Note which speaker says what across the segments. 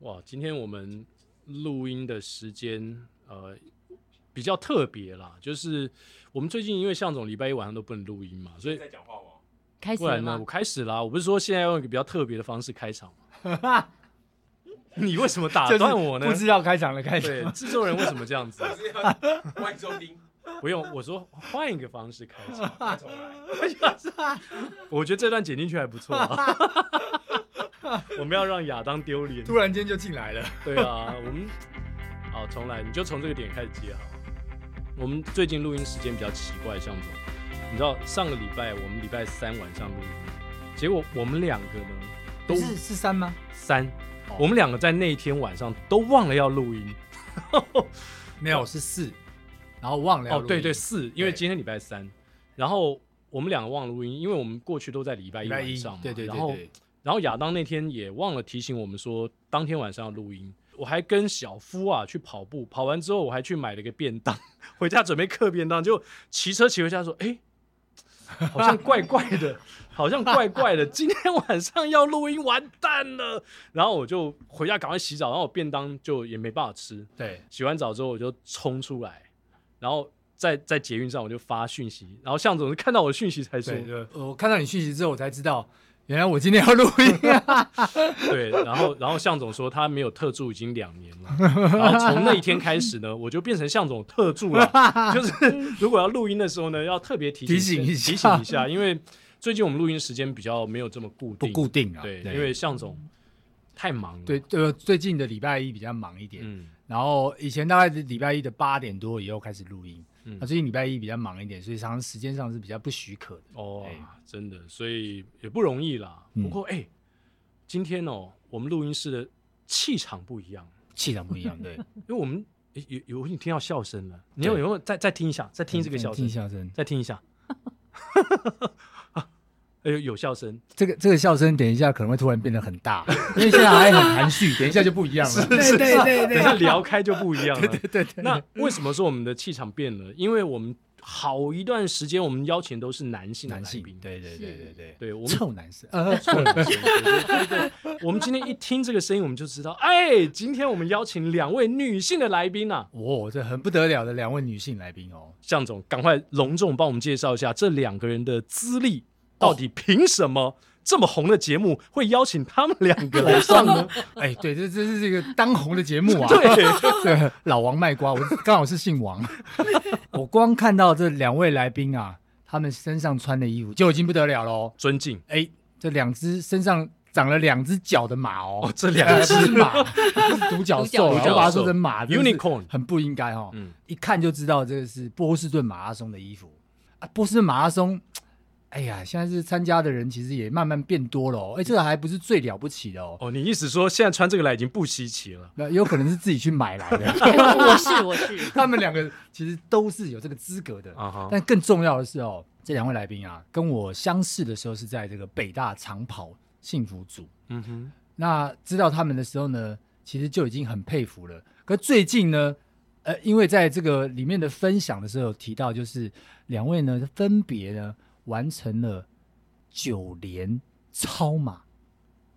Speaker 1: 哇，今天我们录音的时间呃比较特别啦，就是我们最近因为向总礼拜一晚上都不能录音嘛，所以
Speaker 2: 在讲话吗？
Speaker 3: 开始
Speaker 1: 不
Speaker 3: 了
Speaker 1: 然呢，
Speaker 3: 吗
Speaker 1: 我？ 开始啦。我不是说现在用一个比较特别的方式开场吗？你为什么打断我呢
Speaker 4: 不？知道开场了，开场。
Speaker 1: 对，制作人为什么这样子？
Speaker 2: 我是要 欢迎收听，
Speaker 1: 不用，我说换一个方式开场。
Speaker 2: 再重来。
Speaker 1: 我觉得这段剪进去还不错、啊。我们要让亚当丢脸。
Speaker 4: 突然间就进来了，
Speaker 1: 对啊，我们好重来，你就从这个点开始接好了。我们最近录音时间比较奇怪，向总，你知道上个礼拜我们礼拜三晚上录音，结果我们两个呢都
Speaker 4: 是是三吗？
Speaker 1: 三
Speaker 4: 哦，
Speaker 1: 我们两个在那一天晚上都忘了要录音。
Speaker 4: 没有，是四。然后忘了要
Speaker 1: 哦，
Speaker 4: 录
Speaker 1: 对对，
Speaker 4: 音
Speaker 1: 四，因为
Speaker 4: 对
Speaker 1: 今天礼拜三，然后我们两个忘了录音，因为我们过去都在礼拜一
Speaker 4: 礼拜
Speaker 1: 晚
Speaker 4: 一
Speaker 1: 上嘛，，
Speaker 4: 对对对
Speaker 1: 然后
Speaker 4: 对，
Speaker 1: 然后亚当那天也忘了提醒我们说，当天晚上要录音。我还跟小夫啊去跑步，跑完之后我还去买了个便当，回家准备刻便当，就骑车骑回家说，哎、好像怪怪的，好像怪怪的，今天晚上要录音，完蛋了。然后我就回家赶快洗澡，然后我便当就也没办法吃，
Speaker 4: 对
Speaker 1: 洗完澡之后我就冲出来，然后在在捷运上我就发讯息，然后向总是看到我的讯息才说，
Speaker 4: 对对。我看到你讯息之后，我才知道原来我今天要录音 啊！
Speaker 1: 对，然后然后向总说他没有特助已经两年了，然后从那一天开始呢，我就变成向总特助 了，就是如果要录音的时候呢，要特别提
Speaker 4: 提醒一下
Speaker 1: 提醒一下，因为最近我们录音时间比较没有这么固
Speaker 4: 不
Speaker 1: 定，
Speaker 4: 固定啊，
Speaker 1: 对，因为向总太忙了，
Speaker 4: 对，对呃最近的礼拜一比较忙一点，
Speaker 1: 嗯，
Speaker 4: 然后以前大概是礼拜一的八点多以后开始录音，那、
Speaker 1: 嗯
Speaker 4: 最近礼拜一比较忙一点，所以常常时间上是比较不许可的。
Speaker 1: 哦
Speaker 4: 哎，
Speaker 1: 真的，所以也不容易啦。
Speaker 4: 嗯
Speaker 1: 不过哎，今天哦，我们录音室的气场不一样，
Speaker 4: 气场不一样，对，
Speaker 1: 因为我们哎有有已经听到笑声了，你有有
Speaker 4: 对嗯
Speaker 1: 没有再再听一下，再听这个笑
Speaker 4: 听
Speaker 1: 声？
Speaker 4: 笑声，
Speaker 1: 再听一下， 哎有有笑声，
Speaker 4: 这个这个笑声，等一下可能会突然变得很大， 因为现在还很含 蓄，等一下就不一样了。
Speaker 1: 是
Speaker 4: 对 对啊
Speaker 1: 等一下聊开就不一样了。
Speaker 4: 对对对，
Speaker 1: 那为什么说我们的气场变了？因为我们好一段时间我们邀请都是男性的
Speaker 4: 男
Speaker 1: 来
Speaker 4: 性
Speaker 1: 宾，，
Speaker 4: 对对对
Speaker 3: 是
Speaker 4: 对对，
Speaker 1: 对我们。
Speaker 4: 臭男生，呃，
Speaker 1: 错了，对对对对 我们今天一听这个声音，我们就知道，哎，今天我们邀请两位女性的来宾啊，
Speaker 4: 哇，哦这很不得了的两位女性来宾 哦。
Speaker 1: 向总，赶快隆重帮我们介绍一下这两个人的资历，到底凭什么这么红的节目会邀请他们两个来上 呢？
Speaker 4: 哎，对，这这是这个当红的节目啊。
Speaker 1: 对，
Speaker 4: 这个老王卖瓜，我刚好是姓 王。我光看到这两位来宾啊，他们身上穿的衣服就已经不得了喽。
Speaker 1: 尊敬
Speaker 4: 哎，这两只身上长了两只脚的马哦
Speaker 1: 哦，，这 两只
Speaker 4: 只马，不是独角兽啊，
Speaker 1: 独角兽
Speaker 4: 我把它说成马真的是
Speaker 1: Unicorn
Speaker 4: 很不应该哦。
Speaker 1: 嗯
Speaker 4: 一看就知道这个是波士顿马拉松的衣服啊。波士顿马拉松，哎呀，现在是参加的人其实也慢慢变多了哦。哎，这个还不是最了不起的哦，
Speaker 1: 哦，你意思说现在穿这个来已经不稀奇了？
Speaker 4: 那有可能是自己去买来的。
Speaker 3: 我是我是，
Speaker 4: 他们两个其实都是有这个资格的。
Speaker 1: 啊哈，
Speaker 4: 但更重要的是哦，这两位来宾啊，跟我相识的时候是在这个北大长跑幸福组。
Speaker 1: 嗯哼，
Speaker 4: 那知道他们的时候呢，其实就已经很佩服了。可最近呢，呃，因为在这个里面的分享的时候有提到，就是两位呢分别呢完成了九连超马，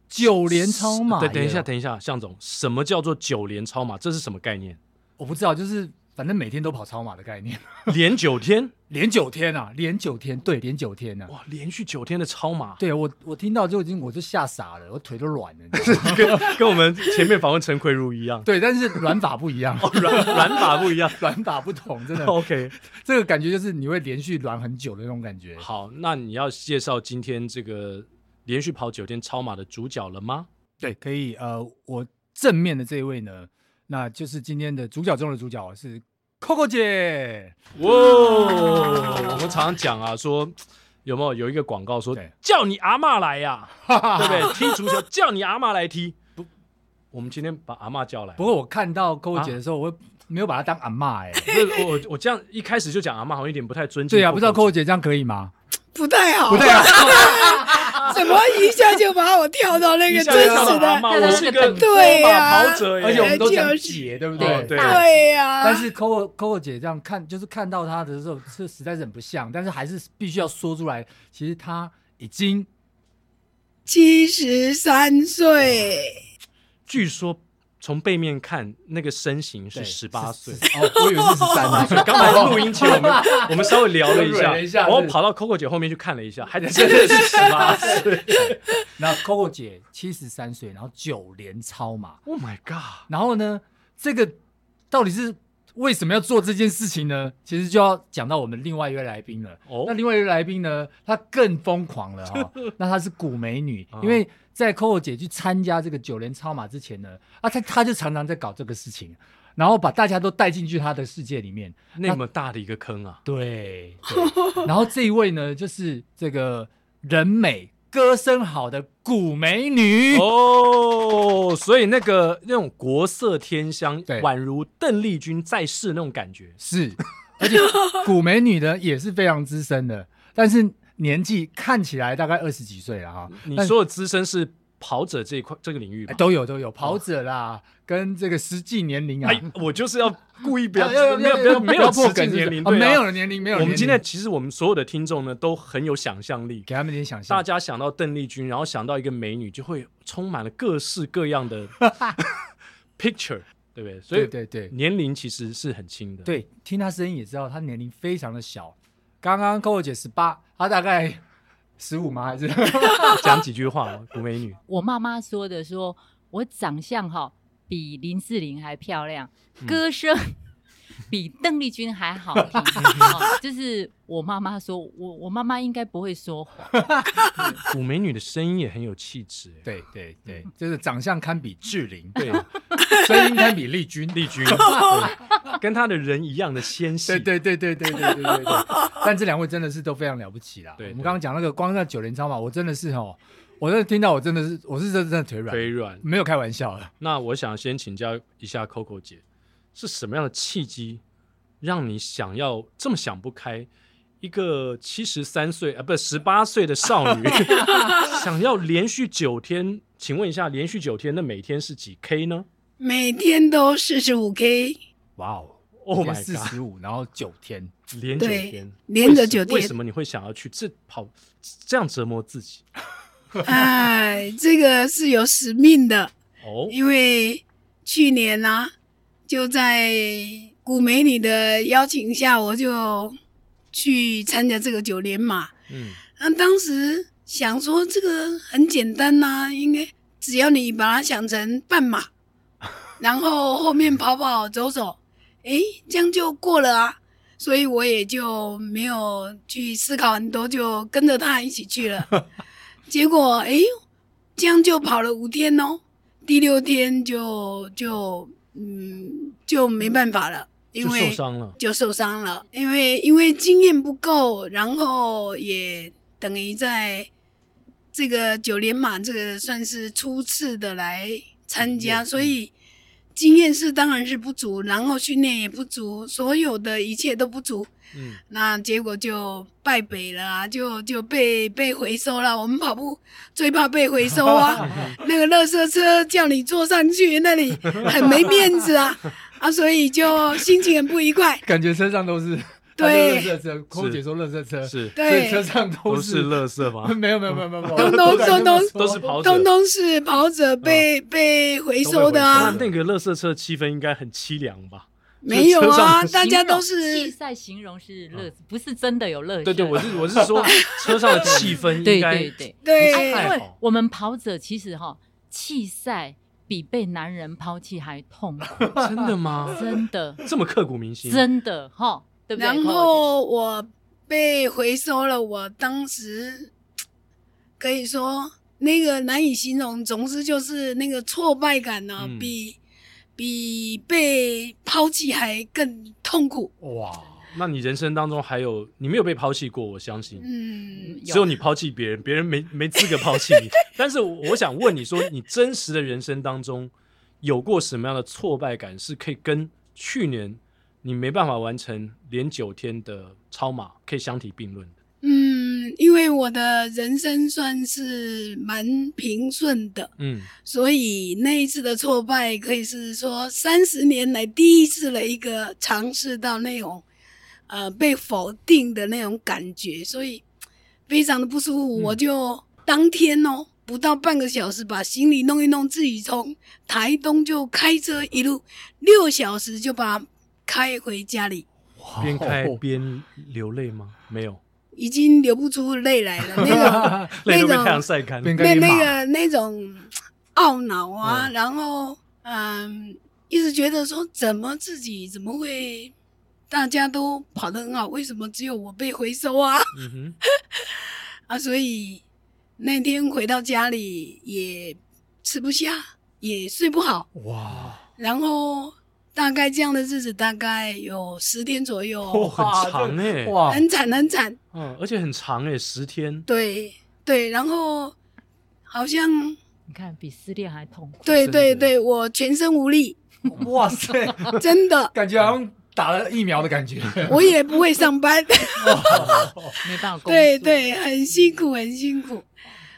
Speaker 4: 九连超马。
Speaker 1: 对，等一下，，等一下，向总，什么叫做九连超马？这是什么概念？
Speaker 4: 我不知道，就是反正每天都跑超马的概念，
Speaker 1: 连九天？
Speaker 4: 连九天啊，连九天，对，连九天啊。
Speaker 1: 哇，连续九天的超 马，
Speaker 4: 对我，我听到就已经我就吓傻了，我腿都软了。你 知道吗，
Speaker 1: 跟跟我们前面访问陈奎如一样
Speaker 4: 对，但是软法不一样，
Speaker 1: 哦， 软软法不一样。
Speaker 4: 软法不同， 真的，
Speaker 1: OK，
Speaker 4: 这个感觉就是你会连续软很久的那种感觉。
Speaker 1: 好，那你要介绍今天这个连续跑九天超马的主角了吗？
Speaker 4: 对，可以。呃，我正面的这一位呢，那就是今天的主角中的主角是 Coco 姐。
Speaker 1: 哇，我们常常讲啊，说有没有有一个广告说
Speaker 4: 对
Speaker 1: 叫你阿嬷来呀、对不对？踢足球叫你阿嬷来踢。不，我们今天把阿嬷叫来。
Speaker 4: 不过我看到 Coco 姐的时候，我没有把她当阿嬷哎、
Speaker 1: 不是我我这样一开始就讲阿妈，好像有点不太尊敬。
Speaker 4: 对啊呀、不知道 Coco 姐这样可以吗？
Speaker 5: 不太好，
Speaker 4: 不对啊，
Speaker 5: 怎么一下就把我跳到那
Speaker 1: 一
Speaker 5: 个
Speaker 1: 下
Speaker 5: 真
Speaker 1: 就叫
Speaker 5: 实
Speaker 1: 了阿
Speaker 5: 的？
Speaker 1: 妈，我是个
Speaker 5: 对呀
Speaker 1: 马跑者耶，
Speaker 4: 而且我们都
Speaker 5: 哎就
Speaker 4: 讲
Speaker 5: 是啊
Speaker 4: 姐，对不
Speaker 1: 哦
Speaker 4: 对？
Speaker 1: 对
Speaker 5: 对呀、
Speaker 4: 但是 Coco Coco 姐这样看，就是看到她的时候，是实在是很不像，但是还是必须要说出来。其实她已经
Speaker 5: 七十三岁，
Speaker 1: 据说从背面看那个身形是
Speaker 4: 对
Speaker 1: 十八岁。
Speaker 4: 哦，我以为是十三呢。
Speaker 1: 刚才录音前我们我们稍微聊了一
Speaker 4: 蕊
Speaker 1: 下
Speaker 4: 了一，下
Speaker 1: 然后
Speaker 4: 对
Speaker 1: 跑到 Coco 姐后面去看了一下，还真的是十八岁。
Speaker 4: 然后 Coco 姐七十三岁，然后九连超嘛。
Speaker 1: Oh my god！
Speaker 4: 然后呢，这个到底是为什么要做这件事情呢？其实就要讲到我们另外一位来宾了。
Speaker 1: 哦
Speaker 4: 那另外一位来宾呢，她更疯狂了哈、那她是古美女
Speaker 1: 啊，
Speaker 4: 因为在 Coco 姐去参加这个九连超马之前呢，啊，她她就常常在搞这个事情，然后把大家都带进去她的世界里面。
Speaker 1: 那么大的一个坑 啊！
Speaker 4: 对，对然后这一位呢，就是这个人美歌声好的古美女。
Speaker 1: 哦，所以那个那种国色天香，
Speaker 4: 对
Speaker 1: 宛如邓丽君在世那种感觉。
Speaker 4: 是，而且古美女呢也是非常资深的，但是年纪看起来大概二十几岁了哈。
Speaker 1: 你
Speaker 4: 但是
Speaker 1: 说的资深是跑者这一块这个领域吧
Speaker 4: 哎？都有都有跑者啦，跟这个实际年龄啊
Speaker 1: 哦哎，，我就是要故意 不要
Speaker 4: 啊
Speaker 1: 没有没有没有
Speaker 4: 破
Speaker 1: 实际
Speaker 4: 梗是不是
Speaker 1: 年龄，
Speaker 4: 啊
Speaker 1: 对啊
Speaker 4: 没有了年龄没有了年
Speaker 1: 我
Speaker 4: 龄。
Speaker 1: 们今天其实我们所有的听众呢都很有想象力，
Speaker 4: 给他们点想象
Speaker 1: 大，家想到邓丽君，然后想到一个美女，就会充满了各式各样 的 picture，对不对？所
Speaker 4: 对
Speaker 1: 以
Speaker 4: 对对
Speaker 1: 年龄其实是很轻的。，
Speaker 4: 对，听她声音也知道她年龄非常的小。刚刚 Coco 姐十八，她大概十五吗？还是
Speaker 1: 讲几句话，哦古美女，
Speaker 3: 我妈妈说的说，我长相哈比林志玲还漂亮，
Speaker 1: 嗯
Speaker 3: 歌声比邓丽君还好听。哦就是我妈妈说，我我妈妈应该不会说谎。
Speaker 1: 古美女的声音也很有气质。哎
Speaker 4: 对对对，就是长相堪比志玲，
Speaker 1: 对，
Speaker 4: 声音堪比丽君，
Speaker 1: 丽君对跟她的人一样的纤细。
Speaker 4: 对对对对对对对对对。但这两位真的是都非常了不起啦。
Speaker 1: 对对
Speaker 4: 我们刚刚讲那个光那九连超嘛，我真的是哦，我真的听到我真的是我是真的真的腿软，
Speaker 1: 腿软。
Speaker 4: 没有开玩笑了。
Speaker 1: 那我想先请教一下 Coco 姐，是什么样的契机让你想要这么想不开？一个七十三岁啊，不十八岁的少 女，想要连续九天，请问一下，连续九天，那每天是几 K 呢
Speaker 5: 每天都四十五 K，
Speaker 4: 哇哦
Speaker 1: ？Oh my
Speaker 4: 四
Speaker 1: god！
Speaker 4: 十五，然后九天，
Speaker 1: 连九天，
Speaker 5: 连着九
Speaker 1: 为
Speaker 5: 天
Speaker 1: 什。么你会想要去这跑这样折磨自己？
Speaker 5: 哎，这个是有使命的，
Speaker 1: 哦，
Speaker 5: 因为去年呢、就在古美女的邀请下，我就去参加这个九连马。
Speaker 1: 嗯，
Speaker 5: 那啊当时想说这个很简单呐、应该只要你把它想成半马，然后后面跑跑走走，诶，这样就过了啊。所以我也就没有去思考很多，就跟着他一起去了。结果诶，这样就跑了五天哦。第六天就就嗯就没办法了，因
Speaker 1: 就
Speaker 5: 为
Speaker 1: 受伤了。
Speaker 5: 就受伤了，因为因为经验不够，然后也等于在这个九连马这个算是初次的来参加，所以经验是当然是不足，然后训练也不足，所有的一切都不足，
Speaker 1: 嗯，
Speaker 5: 那结果就败北了啊，就就被被回收了。我们跑步最怕被回收啊，那个垃圾车叫你坐上去，那里很没面子啊 啊，所以就心情很不愉快。
Speaker 4: 感觉车上都是
Speaker 5: 对
Speaker 4: 乐色车，空姐说乐色
Speaker 5: 呃
Speaker 4: 车，
Speaker 1: 是
Speaker 4: 所以
Speaker 5: 对
Speaker 4: 车上都
Speaker 1: 都是乐色吗？
Speaker 4: 没有没有没有没有，
Speaker 5: 都
Speaker 4: 不敢这么
Speaker 5: 都
Speaker 4: 说
Speaker 1: 都 是跑者
Speaker 5: 通通是跑者被、被回收的
Speaker 1: 那
Speaker 5: 啊
Speaker 4: 都，
Speaker 1: 那个乐色车气氛应该很凄凉吧？
Speaker 5: 没有
Speaker 1: 车上
Speaker 5: 啊，
Speaker 1: 的
Speaker 5: 大家都
Speaker 3: 竞
Speaker 5: 是
Speaker 3: 赛形容是乐，不是真的有乐。
Speaker 1: 嗯对对，我是我是说车上的气氛应
Speaker 3: 对
Speaker 1: 该
Speaker 3: 对对，
Speaker 5: 对
Speaker 3: 因
Speaker 1: 太
Speaker 3: 为
Speaker 1: 好
Speaker 3: 我们跑者其实哈弃赛比被男人抛弃还痛苦，
Speaker 1: 真的吗？
Speaker 3: 真的
Speaker 1: 这么刻骨铭心，
Speaker 3: 真的哈，对不对？
Speaker 5: 然后我被回收了，我当时可以说那个难以形容，总之就是那个挫败感呢、
Speaker 1: 嗯
Speaker 5: 比比被抛弃还更痛苦。
Speaker 4: 哇，
Speaker 1: 那你人生当中还有你没有被抛弃过，我相信。
Speaker 5: 嗯，
Speaker 1: 只有你抛弃别人，别人没没资格抛弃你。但是我想问你说，你真实的人生当中有过什么样的挫败感，是可以跟去年你没办法完成连九天的超马可以相提并论的？
Speaker 5: 嗯，因为我的人生算是蛮平顺的，
Speaker 1: 嗯，
Speaker 5: 所以那一次的挫败，可以是说三十年来第一次的一个尝试到那种，呃，被否定的那种感觉，所以非常的不舒服。
Speaker 1: 嗯
Speaker 5: 我就当天哦，不到半个小时把行李弄一弄，自己从台东就开车一路六小时就把它开回家里，
Speaker 4: 哇
Speaker 1: 边开边流泪吗？没有，
Speaker 5: 已经流不出泪来了。那
Speaker 1: 泪都被
Speaker 5: 那种
Speaker 1: 太阳晒干了
Speaker 4: 边。
Speaker 5: 种那
Speaker 4: 跟你
Speaker 5: 那
Speaker 4: 骂
Speaker 5: 个那种懊恼啊，
Speaker 1: 嗯
Speaker 5: 然后嗯，一直觉得说怎么自己怎么会大家都跑得很好，为什么只有我被回收啊？
Speaker 1: 嗯哼，
Speaker 5: 啊，所以那天回到家里也吃不下，也睡不好，
Speaker 4: 哇，
Speaker 5: 然后大概这样的日子大概有十天左右，
Speaker 1: 哦，很长哎、
Speaker 4: 哇，
Speaker 5: 很惨很惨，
Speaker 1: 嗯，而且很长哎、十天。
Speaker 5: 对对，然后好像
Speaker 3: 你看比失恋还痛苦。
Speaker 5: 对
Speaker 4: 真的
Speaker 5: 对对，我全身无力，
Speaker 4: 哇塞，
Speaker 5: 真的，
Speaker 4: 感觉好像打了疫苗的感觉。
Speaker 5: 我也不会上班，
Speaker 3: 没办法工作。
Speaker 5: 对，对，很辛苦很辛苦，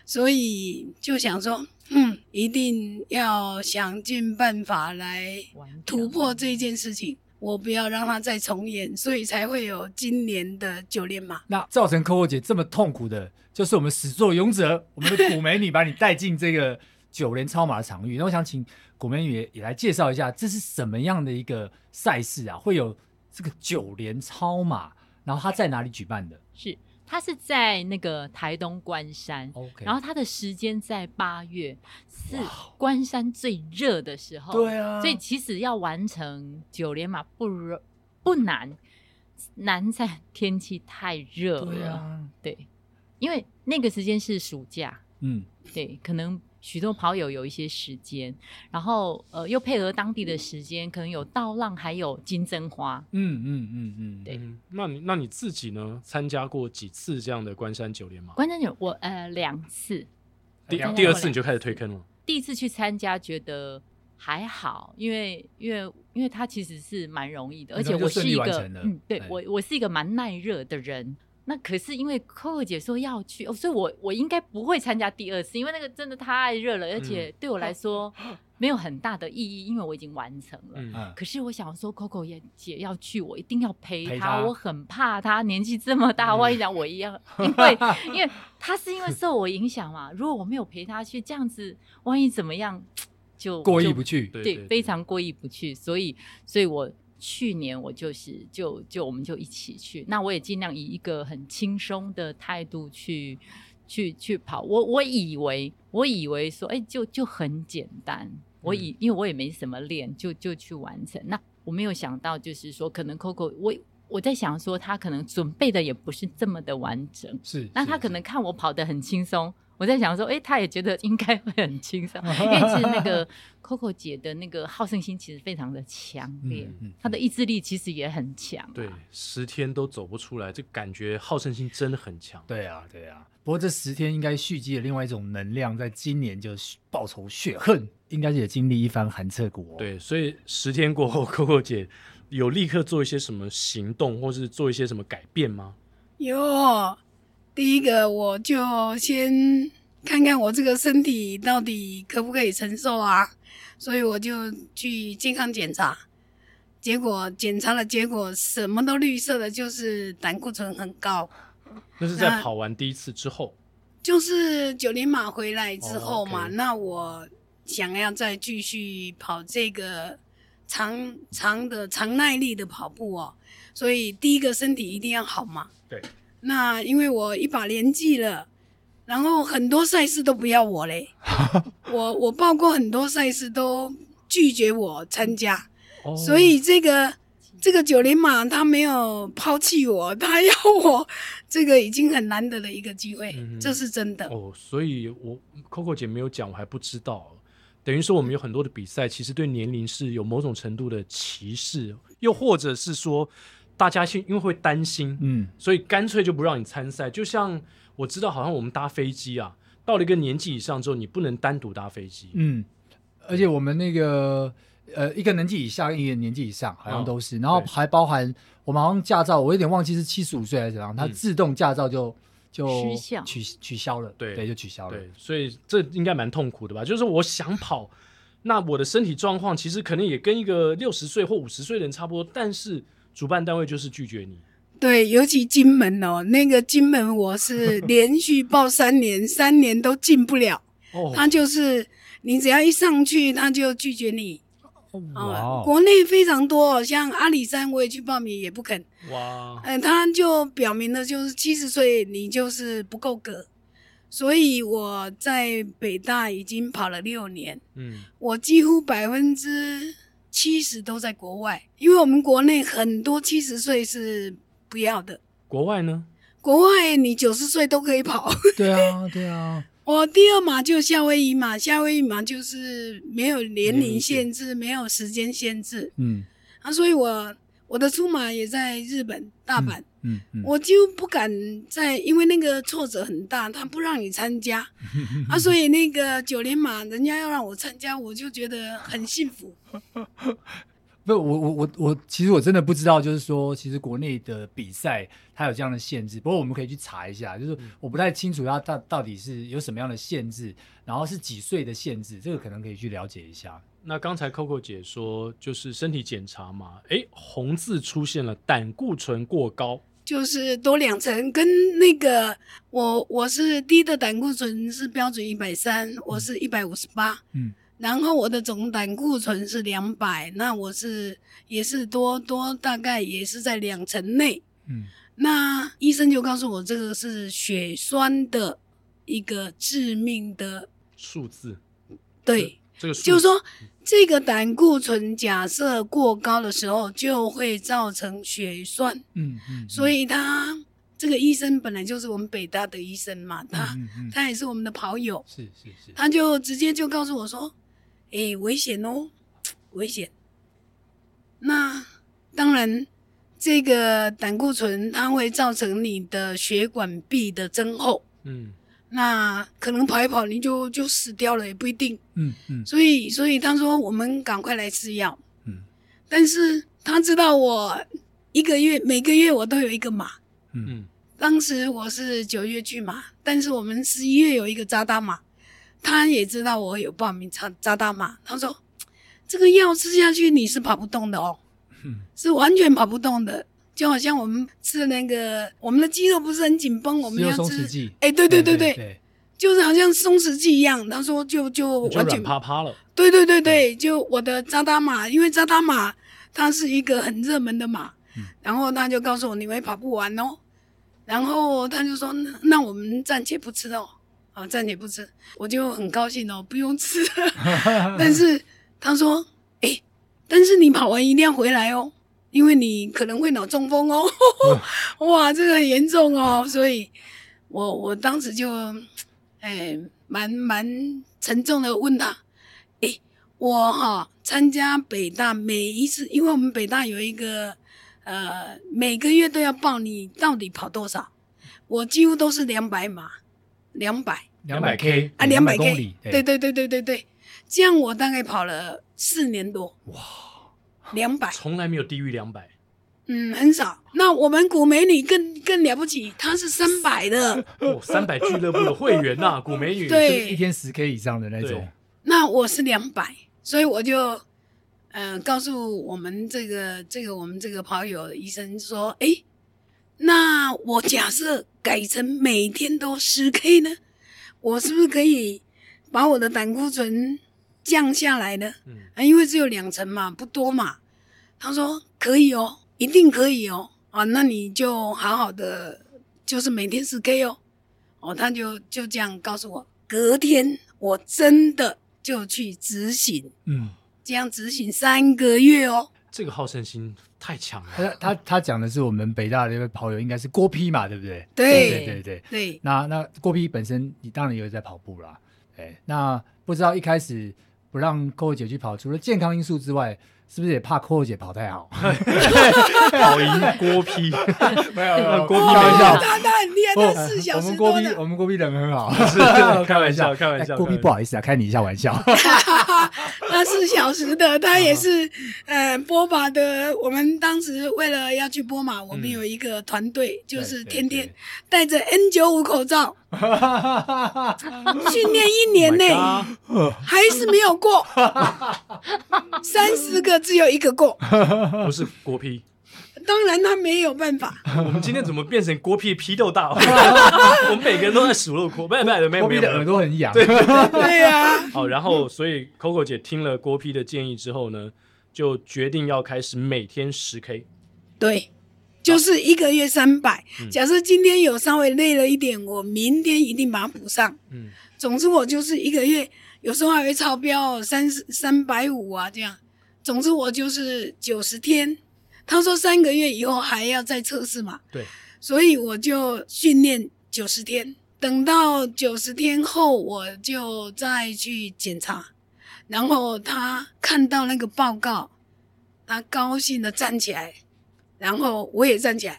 Speaker 5: 所以就想说，嗯，一定要想尽办法来
Speaker 3: 完
Speaker 5: 突破这件事情，我不要让它再重演，所以才会有今年的九连马。
Speaker 4: 那造成扣扣姐这么痛苦的，就是我们始作俑者，我们的古美女把你带进这个九连超马的场域。那我想请古美女也也来介绍一下，这是什么样的一个赛事啊？会有这个九连超马，然后它在哪里举办的
Speaker 3: 是它是在那个台东关山，
Speaker 4: 哦？OK，
Speaker 3: 然后它的时间在八月，是关山最热的时候。
Speaker 4: 对啊，
Speaker 3: 所以其实要完成九连马不容不难，难在天气太热
Speaker 4: 对
Speaker 3: 了。
Speaker 4: 啊，
Speaker 3: 对，因为那个时间是暑假，
Speaker 4: 嗯，
Speaker 3: 对，可能许多跑友有一些时间，然后呃又配合当地的时间，可能有稻浪，还有金针花。
Speaker 4: 嗯嗯嗯嗯，
Speaker 3: 对
Speaker 1: 嗯，那你那你自己呢？参加过几次这样的关山九连马？
Speaker 3: 关键有我呃两次，
Speaker 1: 第
Speaker 3: 两
Speaker 1: 第二
Speaker 3: 过
Speaker 1: 次
Speaker 3: 来
Speaker 1: 你就开始推坑了。
Speaker 3: 第一次去参加觉得还好，因为因为因为它其实是蛮容易的，而
Speaker 4: 你
Speaker 3: 且
Speaker 4: 就
Speaker 3: 我
Speaker 4: 顺
Speaker 3: 是一
Speaker 4: 利完
Speaker 3: 个
Speaker 4: 成了
Speaker 3: 嗯，对
Speaker 4: 哎
Speaker 3: 我我是一个蛮耐热的人。那可是因为 Coco 姐说要去，哦，所以我我应该不会参加第二次，因为那个真的太热了，而
Speaker 4: 嗯
Speaker 3: 且对我
Speaker 4: 哦
Speaker 3: 来说没有很大的意义，因为我已经完成了。
Speaker 1: 嗯，
Speaker 4: 嗯，
Speaker 3: 可是我想说，Coco 也姐要去，我一定要陪她。
Speaker 4: 陪她
Speaker 3: 我很怕她年纪这么大，
Speaker 1: 嗯
Speaker 3: 万一讲我一 样，因为因为她是因为受我影响嘛。如果我没有陪她去，这样子万一怎么样，就
Speaker 4: 过意
Speaker 3: 就
Speaker 4: 不去，
Speaker 1: 对
Speaker 3: 对非常过意不去。所以，所以我去年我就是就就我们就一起去，那我也尽量以一个很轻松的态度去去去跑。我我以为我以为说，哎，就就很简单。我以、因为我也没什么练，就就去完成。那我没有想到，就是说可能 Coco 我。我在想说，他可能准备的也不是这么的完整，
Speaker 4: 是，
Speaker 3: 那
Speaker 4: 是
Speaker 3: 他可
Speaker 4: 是
Speaker 3: 能看我跑得很轻松，我在想说，诶，他也觉得应该会很轻 松，因为其实那个 Coco 姐的那个好胜心其实非常的强烈，
Speaker 4: 嗯嗯
Speaker 3: 她的意志力其实也很强、啊
Speaker 1: 对，十天都走不出来，这感觉好胜心真的很强。
Speaker 4: 对啊，对啊。不过这十天应该蓄积了另外一种能量，在今年就报仇雪恨，应该是也经历一番寒彻骨哦。，
Speaker 1: 对，所以十天过后，Coco 姐有立刻做一些什么行动，或是做一些什么改变吗？
Speaker 5: 哟，第一个我就先看看我这个身体到底可不可以承受啊，所以我就去健康检查，结果检查了，结果什么都绿色的，就是胆固醇很高，
Speaker 1: 那是在
Speaker 5: 那
Speaker 1: 跑完第一次之后，
Speaker 5: 就是九连马回来之后
Speaker 1: 哦
Speaker 5: 嘛，
Speaker 1: ，OK
Speaker 5: 那我想要再继续跑这个长长的长耐力的跑步哦，所以第一个身体一定要好嘛。
Speaker 1: 对。
Speaker 5: 那因为我一把年纪了，然后很多赛事都不要我嘞， 我我报过很多赛事都拒绝我参加，
Speaker 1: 哦
Speaker 5: 所以这个。这个九连马他没有抛弃我，他要我，这个已经很难得的一个机会，
Speaker 1: 嗯哼
Speaker 5: 这是真的。
Speaker 1: 哦，所以我 Coco 姐没有讲，我还不知道。等于说，我们有很多的比赛，其实对年龄是有某种程度的歧视，又或者是说，大家先因为会担心，
Speaker 4: 嗯，
Speaker 1: 所以干脆就不让你参赛。就像我知道，好像我们搭飞机啊，到了一个年纪以上之后，你不能单独搭飞机。
Speaker 4: 嗯，而且我们那个呃，一个年纪以下，一个年纪以上，好像
Speaker 1: 嗯
Speaker 4: 都是，然后
Speaker 1: 对
Speaker 4: 还包含我们好像驾照，我有点忘记是七十五岁还是怎样，它
Speaker 1: 嗯
Speaker 4: 自动驾照就就
Speaker 3: 失效
Speaker 4: 取取消了，
Speaker 1: 对
Speaker 4: 对，就取消了。
Speaker 1: 对，所以这应该蛮痛苦的吧？就是我想跑，那我的身体状况其实可能也跟一个六十岁或五十岁的人差不多，但是主办单位就是拒绝你。
Speaker 5: 对，尤其金 门哦，那个金门我是连续报三年，三年都进不了，
Speaker 1: 哦，
Speaker 5: 他就是你只要一上去，他就拒绝你。
Speaker 4: 哇
Speaker 5: 啊
Speaker 4: 哦，
Speaker 5: 国内非常多，哦像阿里山我也去报名，也不肯。
Speaker 1: 哇，
Speaker 5: 嗯、他就表明了，就是七十岁你就是不够格。所以我在北大已经跑了六年，
Speaker 1: 嗯
Speaker 5: 我几乎百分之七十都在国外，因为我们国内很多七十岁是不要的，
Speaker 1: 国外呢？
Speaker 5: 国外你九十岁都可以跑。
Speaker 4: 对啊，对啊，
Speaker 5: 我第二马就是夏威夷马，夏威夷马就是没有年龄限制，没有时间限制
Speaker 4: 嗯
Speaker 5: 啊，所以我我的出马也在日本大阪，
Speaker 4: 嗯嗯，
Speaker 5: 我就不敢再，因为那个挫折很大，他不让你参 加啊，所以那个九连马人家要让我参加，我就觉得很幸福。
Speaker 4: 不，我我我我，其实我真的不知道，就是说，其实国内的比赛它有这样的限制。不过我们可以去查一下，就是我不太清楚它到到底是有什么样的限制，然后是几岁的限制，这个可能可以去了解一下。
Speaker 1: 那刚才 Coco 姐说就是身体检查嘛，诶，红字出现了胆固醇过高，
Speaker 5: 就是多两层，跟那个我我是低的胆固醇是标准一百三，我是一百五十八，
Speaker 4: 嗯，
Speaker 5: 然后我的总胆固醇是两百，那我是也是多多大概也是在两层内，
Speaker 4: 嗯，
Speaker 5: 那医生就告诉我这个是血栓的一个致命的，
Speaker 1: 数字，
Speaker 5: 对，
Speaker 1: 这个数字
Speaker 5: 就是说
Speaker 4: 嗯
Speaker 5: 这个胆固醇假设过高的时候就会造成血栓，
Speaker 4: 嗯嗯，
Speaker 5: 所以他这个医生本来就是我们北大的医生嘛，他、
Speaker 4: 嗯嗯嗯
Speaker 5: 他也是我们的跑友，
Speaker 4: 是是是，
Speaker 5: 他就直接就告诉我说：“诶，危险哦，危险。”那当然，这个胆固醇它会造成你的血管壁的增厚，
Speaker 1: 嗯
Speaker 5: 那可能跑一跑你就就死掉了，也不一定。
Speaker 4: 嗯嗯
Speaker 5: 所以，所以他说我们赶快来吃药。
Speaker 4: 嗯，
Speaker 5: 但是他知道我一个月每个月我都有一个码。
Speaker 1: 嗯，
Speaker 5: 当时我是九月去嘛，但是我们十一月有一个扎大马，他也知道我有报名扎扎大马，他说这个药吃下去你是跑不动的哦，
Speaker 4: 嗯
Speaker 5: 是完全跑不动的，就好像我们吃的那个我们的肌肉不是很紧绷，我们
Speaker 4: 食用
Speaker 5: 要
Speaker 4: 松弛
Speaker 5: 吃
Speaker 4: 剂
Speaker 5: 哎、对对对对，
Speaker 4: 对，
Speaker 5: 就是好像松弛剂一样，他说就就
Speaker 1: 你就
Speaker 5: 完
Speaker 1: 软
Speaker 5: 全
Speaker 1: 趴趴了，
Speaker 5: 对对对对，就我的扎达马，因为扎达马它是一个很热门的马，
Speaker 4: 嗯
Speaker 5: 然后他就告诉我你会跑不完哦，然后他就说那那我们暂且不吃哦，啊暂且不吃，我就很高兴哦，不用吃，
Speaker 4: 嗯
Speaker 5: 但是他说哎、但是你跑完一定要回来哦，因为你可能会脑中风哦， 哇这个很严重哦，所以我我当时就哎蛮蛮沉重的问他。哎我哈、参加北大每一次，因为我们北大有一个呃每个月都要报你到底跑多少，我几乎都是两百码，两百
Speaker 4: 两
Speaker 1: K
Speaker 5: 啊
Speaker 4: 两
Speaker 5: 两百
Speaker 4: 公
Speaker 5: K，
Speaker 4: 里，
Speaker 5: 对对对对对对，这样我大概跑了四年多，哇，两百，
Speaker 1: 从来没有低于两百，
Speaker 5: 嗯，很少。那我们古美女更更了不起，她是三百的，
Speaker 1: 哦，三百俱乐部的会员呐、古美女，
Speaker 4: 就是一
Speaker 5: 对，
Speaker 4: 天十 K 以上的那种
Speaker 1: 对，
Speaker 5: 那我是两百，所以我就呃告诉我们这个这个我们这个跑友的医生说，诶，那我假设改成每天都十 K 呢，我是不是可以把我的胆固醇降下来呢？
Speaker 1: 嗯
Speaker 5: 啊，因为只有两层嘛，不多嘛。他说可以哦，一定可以哦，啊，那你就好好的，就是每天十 K 哦，哦，他就就这样告诉我。隔天我真的就去执行，
Speaker 4: 嗯。
Speaker 5: 这样执行三个月哦。
Speaker 1: 这个好胜心太强了，
Speaker 4: 他他他讲的是我们北大的一位跑友，应该是郭批嘛，对不对？对
Speaker 5: 对
Speaker 4: 对对。
Speaker 5: 对，
Speaker 4: 那那郭批本身你当然也有在跑步啦，哎，那不知道一开始不让寇姐去跑，除了健康因素之外，是不是也怕寇姐跑太好？
Speaker 1: 跑赢郭批，
Speaker 4: 没有没有
Speaker 1: 郭批
Speaker 4: 开玩
Speaker 1: 没有。
Speaker 4: 笑
Speaker 5: 哦他他很厉害，
Speaker 4: 不
Speaker 5: 他四小
Speaker 4: 我
Speaker 5: 时
Speaker 4: 们郭哦
Speaker 5: 多
Speaker 4: 批
Speaker 5: 呢。
Speaker 4: 我们郭批人很好，
Speaker 1: 开玩笑开玩笑
Speaker 4: 哎郭批
Speaker 1: 开玩笑
Speaker 4: 不好意思啊，开你一下玩笑。
Speaker 5: 他四小时的，他
Speaker 4: 啊
Speaker 5: 也是呃波马的。我们当时为了要去波马，我们
Speaker 1: 嗯
Speaker 5: 有一个团队， 就是
Speaker 4: 对
Speaker 5: 天天戴着 N 九五口罩训练一
Speaker 1: Oh
Speaker 5: 年
Speaker 1: my
Speaker 5: 内，
Speaker 1: God
Speaker 5: 还是没有过，三十个只有一个过。
Speaker 1: 不是郭批，
Speaker 5: 当然他没有办法，
Speaker 1: 我们今天怎么变成锅屁批斗大会？我们每个人都在数落锅，不是不是，没有
Speaker 4: 郭
Speaker 1: 没
Speaker 4: 斌
Speaker 1: 有没有。
Speaker 4: 的耳朵很痒，
Speaker 5: 对啊呀、
Speaker 1: 好，哦然后所以 Coco 姐听了郭批的建议之后呢，就决定要开始每天十 K。
Speaker 5: 对，就是一个月三百、
Speaker 1: 嗯
Speaker 5: 假设今天有稍微累了一点，我明天一定把它补上。
Speaker 1: 嗯，
Speaker 5: 总之我就是一个月，有时候还会超标三三百五啊这样。总之我就是九十天，他说三个月以后还要再测试嘛，
Speaker 1: 对，
Speaker 5: 所以我就训练九十天，等到九十天后我就再去检查，然后他看到那个报告，他高兴的站起来，然后我也站起来，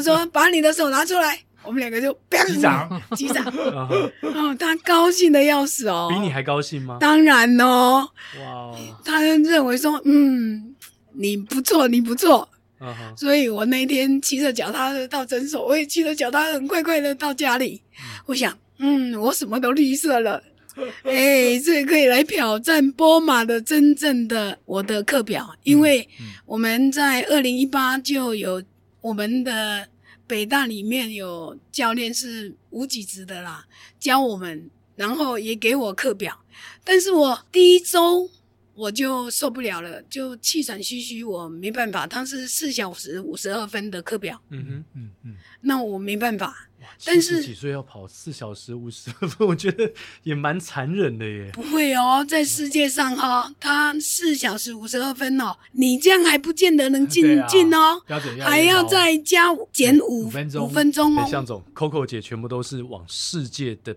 Speaker 5: 说把你的手拿出来，我们两个就
Speaker 4: 击掌，
Speaker 5: 击掌。
Speaker 1: 啊哈
Speaker 5: 哦，他高兴的要死哦，
Speaker 1: 比你还高兴吗？
Speaker 5: 当然哦，
Speaker 1: 哇哦，
Speaker 5: 他就认为说，嗯，你不错，你不错。
Speaker 1: 啊哈，
Speaker 5: 所以我那天骑着脚踏车到诊所，我也骑着脚踏车很快快的到家里。我想，嗯，我什么都绿色了， 哎，这可以来挑战波马的真正的我的课表，因为我们在二零一八就有我们的北大里面有教练是无几职的啦，教我们，然后也给我课表，但是我第一周我就受不了了，就气喘吁吁，我没办法。它是四小时五十二分的课表，
Speaker 1: 嗯
Speaker 4: 嗯嗯，
Speaker 5: 那我没办法。
Speaker 1: 哼，哇
Speaker 5: 但
Speaker 1: 70
Speaker 5: 是
Speaker 1: 几岁要跑四小时五十 分，我觉得也蛮残忍的耶。
Speaker 5: 不会哦，在世界上哦，它四小时五十二分哦，你这样还不见得能
Speaker 4: 对
Speaker 5: 进
Speaker 4: 啊
Speaker 5: 进哦，
Speaker 4: 标准
Speaker 5: 还要
Speaker 4: 高
Speaker 5: 再加减五
Speaker 4: 五分钟
Speaker 5: 五分钟
Speaker 1: 等
Speaker 5: 哦
Speaker 1: 一。向总，Coco 姐全部都是往世界的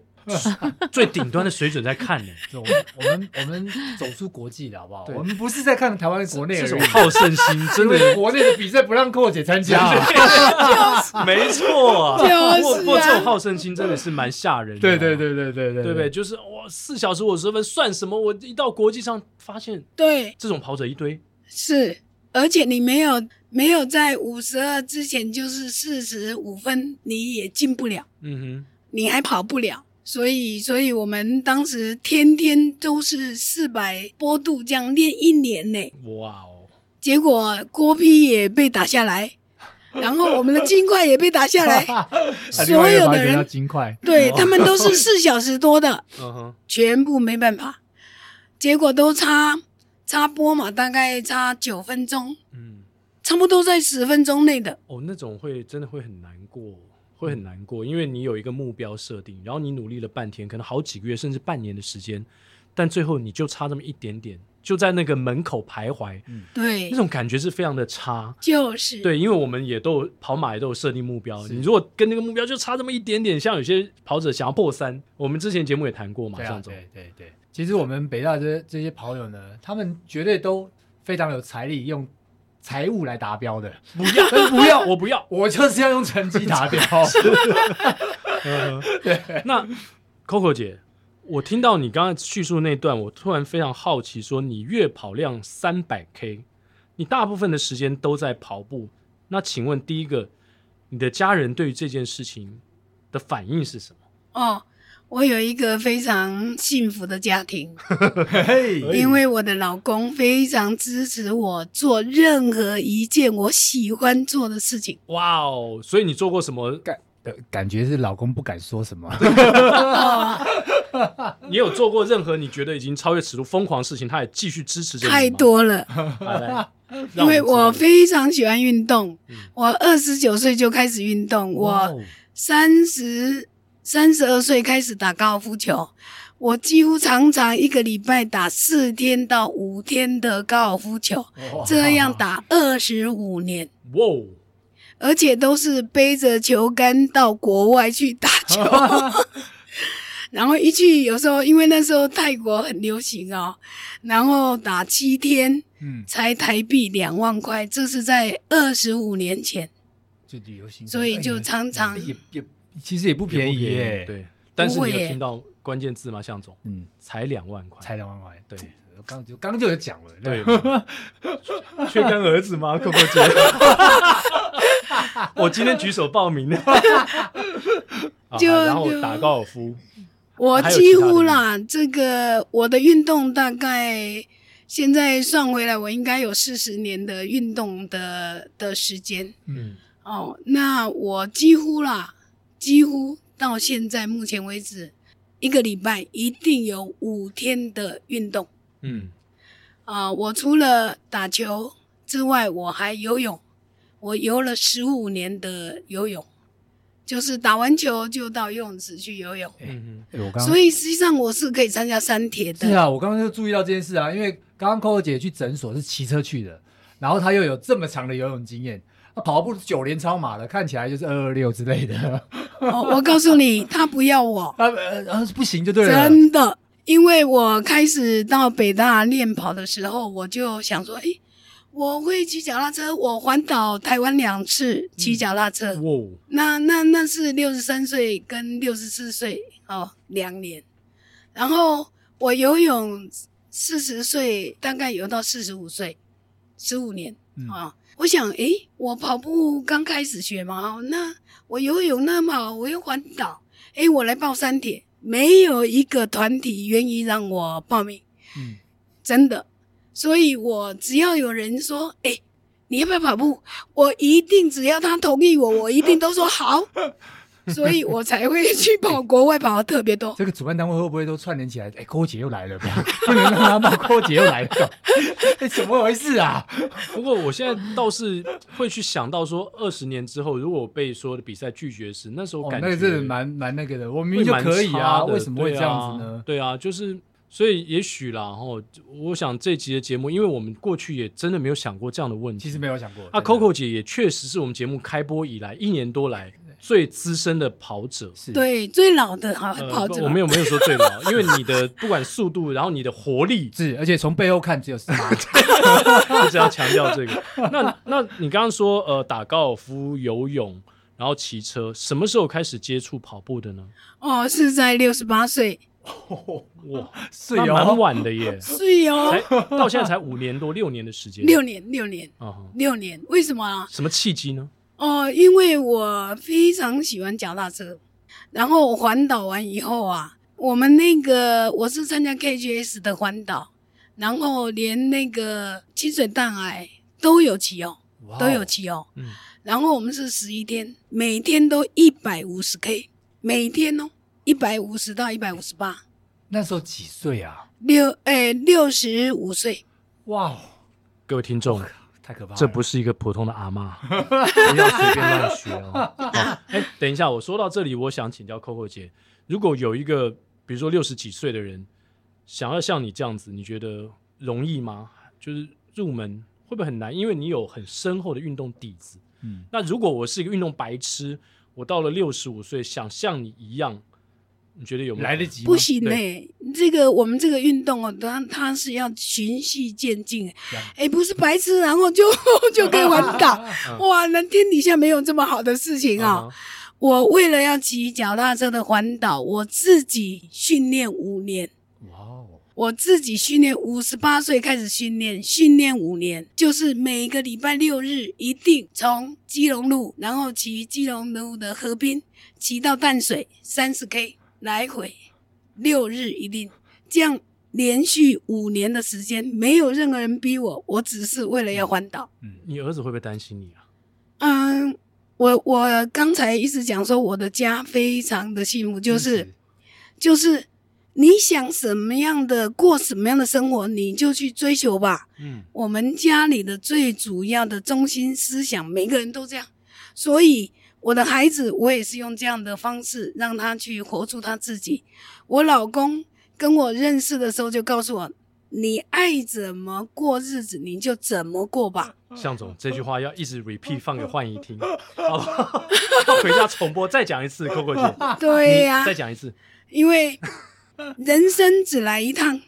Speaker 1: 最顶端的水准在看 呢，
Speaker 4: 我们我们我们走出国际了，好不好？
Speaker 1: 对
Speaker 4: 我们不是在看台湾国内
Speaker 1: 这
Speaker 4: 而
Speaker 1: 种
Speaker 4: 已，
Speaker 1: 好胜心真
Speaker 4: 因
Speaker 1: 的
Speaker 4: 为国内的比赛不让寇姐参加 啊。
Speaker 1: 没错啊，
Speaker 5: 就是啊
Speaker 1: 不过不过这种好胜心真的是蛮吓人的、啊
Speaker 4: 对对，对对啊对对
Speaker 1: 对不对？就是我四小时五十分算什么？我一到国际上发现
Speaker 5: 对，
Speaker 1: 这种跑者一堆，
Speaker 5: 是，而且你没有没有在五十二之前就是四十五分，你也进不了。
Speaker 1: 嗯
Speaker 5: 你还跑不了。所以，所以我们当时天天都是四百坡度这样练一年呢。
Speaker 1: 哼，哇哦，
Speaker 5: 结果郭批也被打下来，然后我们的金块也被打 下 来。
Speaker 4: 啊另外一个
Speaker 5: 所有的
Speaker 4: 保险
Speaker 5: 人
Speaker 4: 要金块，
Speaker 5: 对他们都是四小时多的，
Speaker 1: 嗯哼，
Speaker 5: 全部没办法。结果都差差波嘛，大概差九分钟，
Speaker 1: 嗯，
Speaker 5: 差不多在十分钟内的。
Speaker 1: 哦，那种会真的会很难过，会很难过，因为你有一个目标设定，然后你努力了半天，可能好几个月甚至半年的时间，但最后你就差这么一点点，就在那个门口徘徊，
Speaker 5: 对嗯
Speaker 1: 那，种感觉是非常的差。
Speaker 5: 就是
Speaker 1: 对，因为我们也都有跑马也都有设定目标，你如果跟那个目标就差这么一点点，像有些跑者想要破三，我们之前节目也谈过嘛，
Speaker 4: 对啊
Speaker 1: 向总，
Speaker 4: 对对对。其实我们北大这这些跑友呢，他们绝对都非常有财力，用财务来达标的。
Speaker 1: 不要
Speaker 4: 不要，
Speaker 1: 我不要。
Speaker 4: 我就是要用成绩 达标。
Speaker 1: 那 Coco 姐，我听到你刚才叙述那段，我突然非常好奇，说你月跑量三百 K，你大部分的时间都在跑步，那请问第一个，你的家人对于这件事情的反应是什么？
Speaker 5: 哦，我有一个非常幸福的家庭。
Speaker 4: 嘿
Speaker 1: 可以
Speaker 5: 因为我的老公非常支持我做任何一件我喜欢做的事情。
Speaker 1: 哇哦！所以你做过什么？
Speaker 4: 呃感觉是老公不敢说什么。
Speaker 1: 你有做过任何你觉得已经超越尺度疯狂的事情，他也继续支持着你吗
Speaker 5: 太。多了，
Speaker 1: 来来
Speaker 5: 因为我非常喜欢运动
Speaker 1: 嗯。哦
Speaker 5: 我二十九岁就开始运动，我三十三十二岁开始打高尔夫球。我几乎常常一个礼拜打四天到五天的高尔夫球，这样打二十五年，
Speaker 1: 哇哦，
Speaker 5: 而且都是背着球杆到国外去打球。然后一去，有时候因为那时候泰国很流行哦，然后打七天
Speaker 4: 嗯，
Speaker 5: 才台币两万块，这是在二十五年前。
Speaker 4: 就旅游行程，
Speaker 5: 所以就常常
Speaker 4: 哎也也其实也不便宜耶，，
Speaker 1: 对。但是
Speaker 5: 不
Speaker 1: 你
Speaker 5: 会
Speaker 1: 有
Speaker 5: 耶
Speaker 1: 听到关键字吗，向总？
Speaker 4: 嗯，
Speaker 1: 才两万块，
Speaker 4: 才两万块，
Speaker 1: 对，
Speaker 4: 刚就刚就有讲了，
Speaker 1: 对， 缺干儿子 吗？可不姐，我今天举手报名 的，啊
Speaker 5: 就
Speaker 1: 然后打高尔夫，
Speaker 5: 我
Speaker 1: 还有其
Speaker 5: 几
Speaker 1: 他的
Speaker 5: 乎
Speaker 1: 运
Speaker 5: 啦，这个我的运动大概现在算回来，我应该有四十年的运动的的时间
Speaker 1: 嗯
Speaker 5: 哦。那我几乎啦，几乎到现在目前为止，一个礼拜一定有五天的运动
Speaker 1: 嗯
Speaker 5: 啊、我除了打球之外，我还游泳，我游了十五年的游泳，就是打完球就到游泳池去游泳。
Speaker 1: 嗯
Speaker 4: 哎我刚刚
Speaker 5: 所以实际上我是可以参加三铁的。
Speaker 4: 是啊，我刚刚就注意到这件事啊，因为刚刚 Coco 姐去诊所是骑车去的，然后她又有这么长的游泳经验，她跑步九连超马了，看起来就是二二六之类的，
Speaker 5: 哦，我告诉你，他不要我，
Speaker 4: 她呃呃不行就对了，
Speaker 5: 真的，因为我开始到北大练跑的时候，我就想说，诶，我会骑脚踏车，我环岛台湾两次骑脚踏车，
Speaker 1: 嗯，哇哦，
Speaker 5: 那那那是六十三岁跟六十四岁哦，两年。然后我游泳四十岁，大概游到四十五岁，十五年
Speaker 4: 嗯
Speaker 5: 啊、我想，诶，我跑步刚开始学嘛，哦，那我游泳那么好，我又环岛，诶，我来报三铁，没有一个团体愿意让我报名，
Speaker 4: 嗯，
Speaker 5: 真的。所以我只要有人说，诶，你要不要跑步？我一定只要他同意我，我一定都 说好，所以我才会去跑国外跑的特别多。
Speaker 4: 这个主办单位会不会都串联起来？哎、c o 姐又来了，不要 不能让她骂 Coco 姐又来了， 哎、怎么回事啊？
Speaker 1: 不过我现在倒是会去想到说，二十年之后，如果我被说的比赛拒绝时，那时候
Speaker 4: 哦，
Speaker 1: 感
Speaker 4: 那
Speaker 1: 觉、
Speaker 4: 个真的蛮蛮那个的，我明
Speaker 1: 会
Speaker 4: 明就
Speaker 1: 蛮
Speaker 4: 可以
Speaker 1: 差
Speaker 4: 啊，
Speaker 1: 的
Speaker 4: 为什么会这样子呢？
Speaker 1: 对啊，对啊就是所以也许啦，然后我想这集的节目，因为我们过去也真的没有想过这样的问题。
Speaker 4: 其实没有想过
Speaker 1: 啊
Speaker 4: 真的
Speaker 1: ，Coco 姐也确实是我们节目开播以来一年多来最资深的跑者。
Speaker 4: 是，
Speaker 5: 对，最老的好
Speaker 1: 呃
Speaker 5: 哎跑
Speaker 1: 不
Speaker 5: 者，
Speaker 1: 我没有没有说最老，因为你 的不管速度，然后你的活力，
Speaker 4: 是，而且从背后看只有十八，
Speaker 1: 一直要强调这个。那那你刚刚说呃，打高尔夫、游泳，然后骑车，什么时候开始接触跑步的呢？
Speaker 5: 哦，是在六十八岁，
Speaker 1: 哇，
Speaker 4: 是
Speaker 5: 哦
Speaker 1: 那
Speaker 4: 有
Speaker 1: 蛮晚的耶，
Speaker 5: 是
Speaker 1: 才
Speaker 5: 哦，
Speaker 1: 到现在才五年多六年的时间。
Speaker 5: 六年，六年，
Speaker 1: 啊哈、
Speaker 5: 六年，为什么啊？
Speaker 1: 什么契机呢？
Speaker 5: 哦，因为我非常喜欢脚踏车，然后我环岛完以后啊，我们那个我是参加 KGS 的环岛，然后连那个清水蛋癌都有骑哦，
Speaker 4: 哇哦
Speaker 5: 都有骑哦。
Speaker 1: 嗯，
Speaker 5: 然后我们是十一天，每天都一百五十 K，每天哦，一百五十到一百五十八，
Speaker 4: 那时候几岁啊？
Speaker 5: 六哎六十五岁，
Speaker 4: 哇哦，
Speaker 1: 各位听 众，
Speaker 4: 太可怕了！
Speaker 1: 这不是一个普通的阿嬷， 不要随便乱学哦。好，哎，等一下，我说到这里，我想请教 Coco 姐，如果有一个比如说六十几岁的人想要像你这样子，你觉得容易吗？就是入门会不会很难？因为你有很深厚的运动底子。
Speaker 4: 嗯，
Speaker 1: 那如果我是一个运动白痴，我到了六十五岁想像你一样，你觉得有没有
Speaker 4: 来得？及吗
Speaker 5: 不行呢、
Speaker 1: 对
Speaker 5: 这个我们这个运动哦，它它是要循序渐进的
Speaker 4: 呀，
Speaker 5: 哎，不是白痴，然后就 就可以环岛，
Speaker 1: 嗯
Speaker 5: 哇，那天底下没有这么好的事情啊、
Speaker 1: 嗯
Speaker 5: 我为了要骑脚踏车的环岛，我自己训练五年。
Speaker 4: 哇哦，
Speaker 5: 我自己训练，五十八岁开始训练，训练五年，就是每个礼拜六日一定从基隆路，然后骑基隆路的河滨，骑到淡水三十 K 来回，六日一定，这样连续五年的时间，没有任何人逼我，我只是为了要环岛。
Speaker 1: 你儿子会不会担心你啊？
Speaker 5: 嗯，我我刚才一直讲说我的家非常的幸福，就是。就是你想什么样的过什么样的生活，你就去追求吧。
Speaker 1: 嗯，
Speaker 5: 我们家里的最主要的中心思想，每个人都这样，所以我的孩子，我也是用这样的方式让他去活出他自己。我老公跟我认识的时候就告诉我，你爱怎么过日子你就怎么过吧。
Speaker 1: 向总这句话要一直 repeat 放给幻怡听，好不好？ 要回家重播再讲一次，Coco 姐，
Speaker 5: 对呀、
Speaker 1: 你再讲一次，
Speaker 5: 因为人生只来 一趟。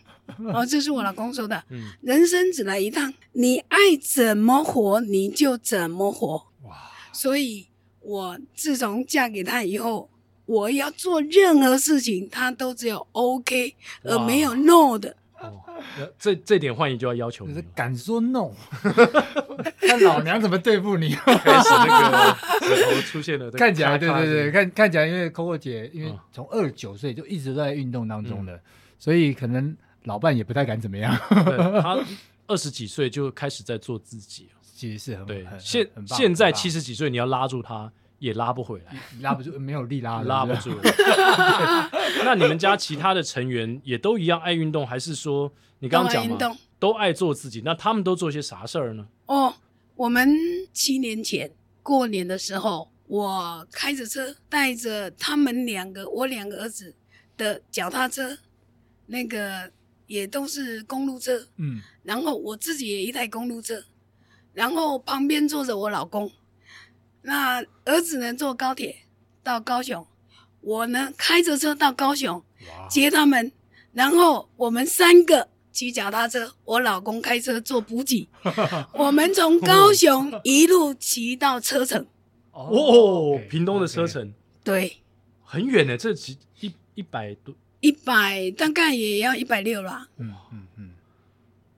Speaker 5: 哦，这是我老公说的。
Speaker 1: 嗯，
Speaker 5: 人生只来一趟，你爱怎么活你就怎么活。
Speaker 4: 哇，
Speaker 5: 所以，我自从嫁给他以后，我要做任何事情，他都只有 OK，而
Speaker 1: 哇
Speaker 5: 没有 No 的。
Speaker 1: 哦，呃这这点幻怡就要要求
Speaker 4: 就
Speaker 1: 你
Speaker 4: 是
Speaker 1: 了。
Speaker 4: 敢说 no，看老娘怎么对 付你。
Speaker 1: 开始那个指头出现 了，
Speaker 4: 看起来，对对对，
Speaker 1: 看
Speaker 4: 看看起来，因为 Coco 姐，因为
Speaker 1: 嗯
Speaker 4: 从二十九岁就一直都在运动当中的，所以可能老伴也不太敢怎么样，
Speaker 1: 对他二十几岁就开始在做自己了，
Speaker 4: 其实是很
Speaker 1: 对，
Speaker 4: 嗯很
Speaker 1: 现
Speaker 4: 很棒
Speaker 1: 现在
Speaker 4: 很棒
Speaker 1: 七十几岁，你要拉住他也拉不回 来，
Speaker 4: 拉不住，没有力啊拉了，
Speaker 1: 拉不
Speaker 4: 是是
Speaker 1: 住。 那你们家其他的成员也都一样爱运动，还是说你刚刚讲
Speaker 5: 都爱运
Speaker 1: 嘛
Speaker 5: 动，
Speaker 1: 都爱做自己？那他们都做些啥事儿呢？
Speaker 5: 哦，我们七年前过年的时候，我开着车带着他们两个，我两个儿子的脚踏车，那个也都是公路车，
Speaker 4: 嗯，
Speaker 5: 然后我自己也一台公路车，然后旁边坐着我老公，那儿子呢坐高铁到高雄，我呢开着车到高雄
Speaker 4: 哇，
Speaker 5: 接他们，然后我们三个骑脚踏车，我老公开车做补给，我们从高雄一路骑到车城，
Speaker 1: 哦，
Speaker 4: OK，
Speaker 1: 屏东的
Speaker 4: OK
Speaker 1: 车程
Speaker 5: 对，
Speaker 1: 很远呢，这几一一百多
Speaker 5: 一百大概也要一百 六啦，
Speaker 4: 嗯嗯嗯，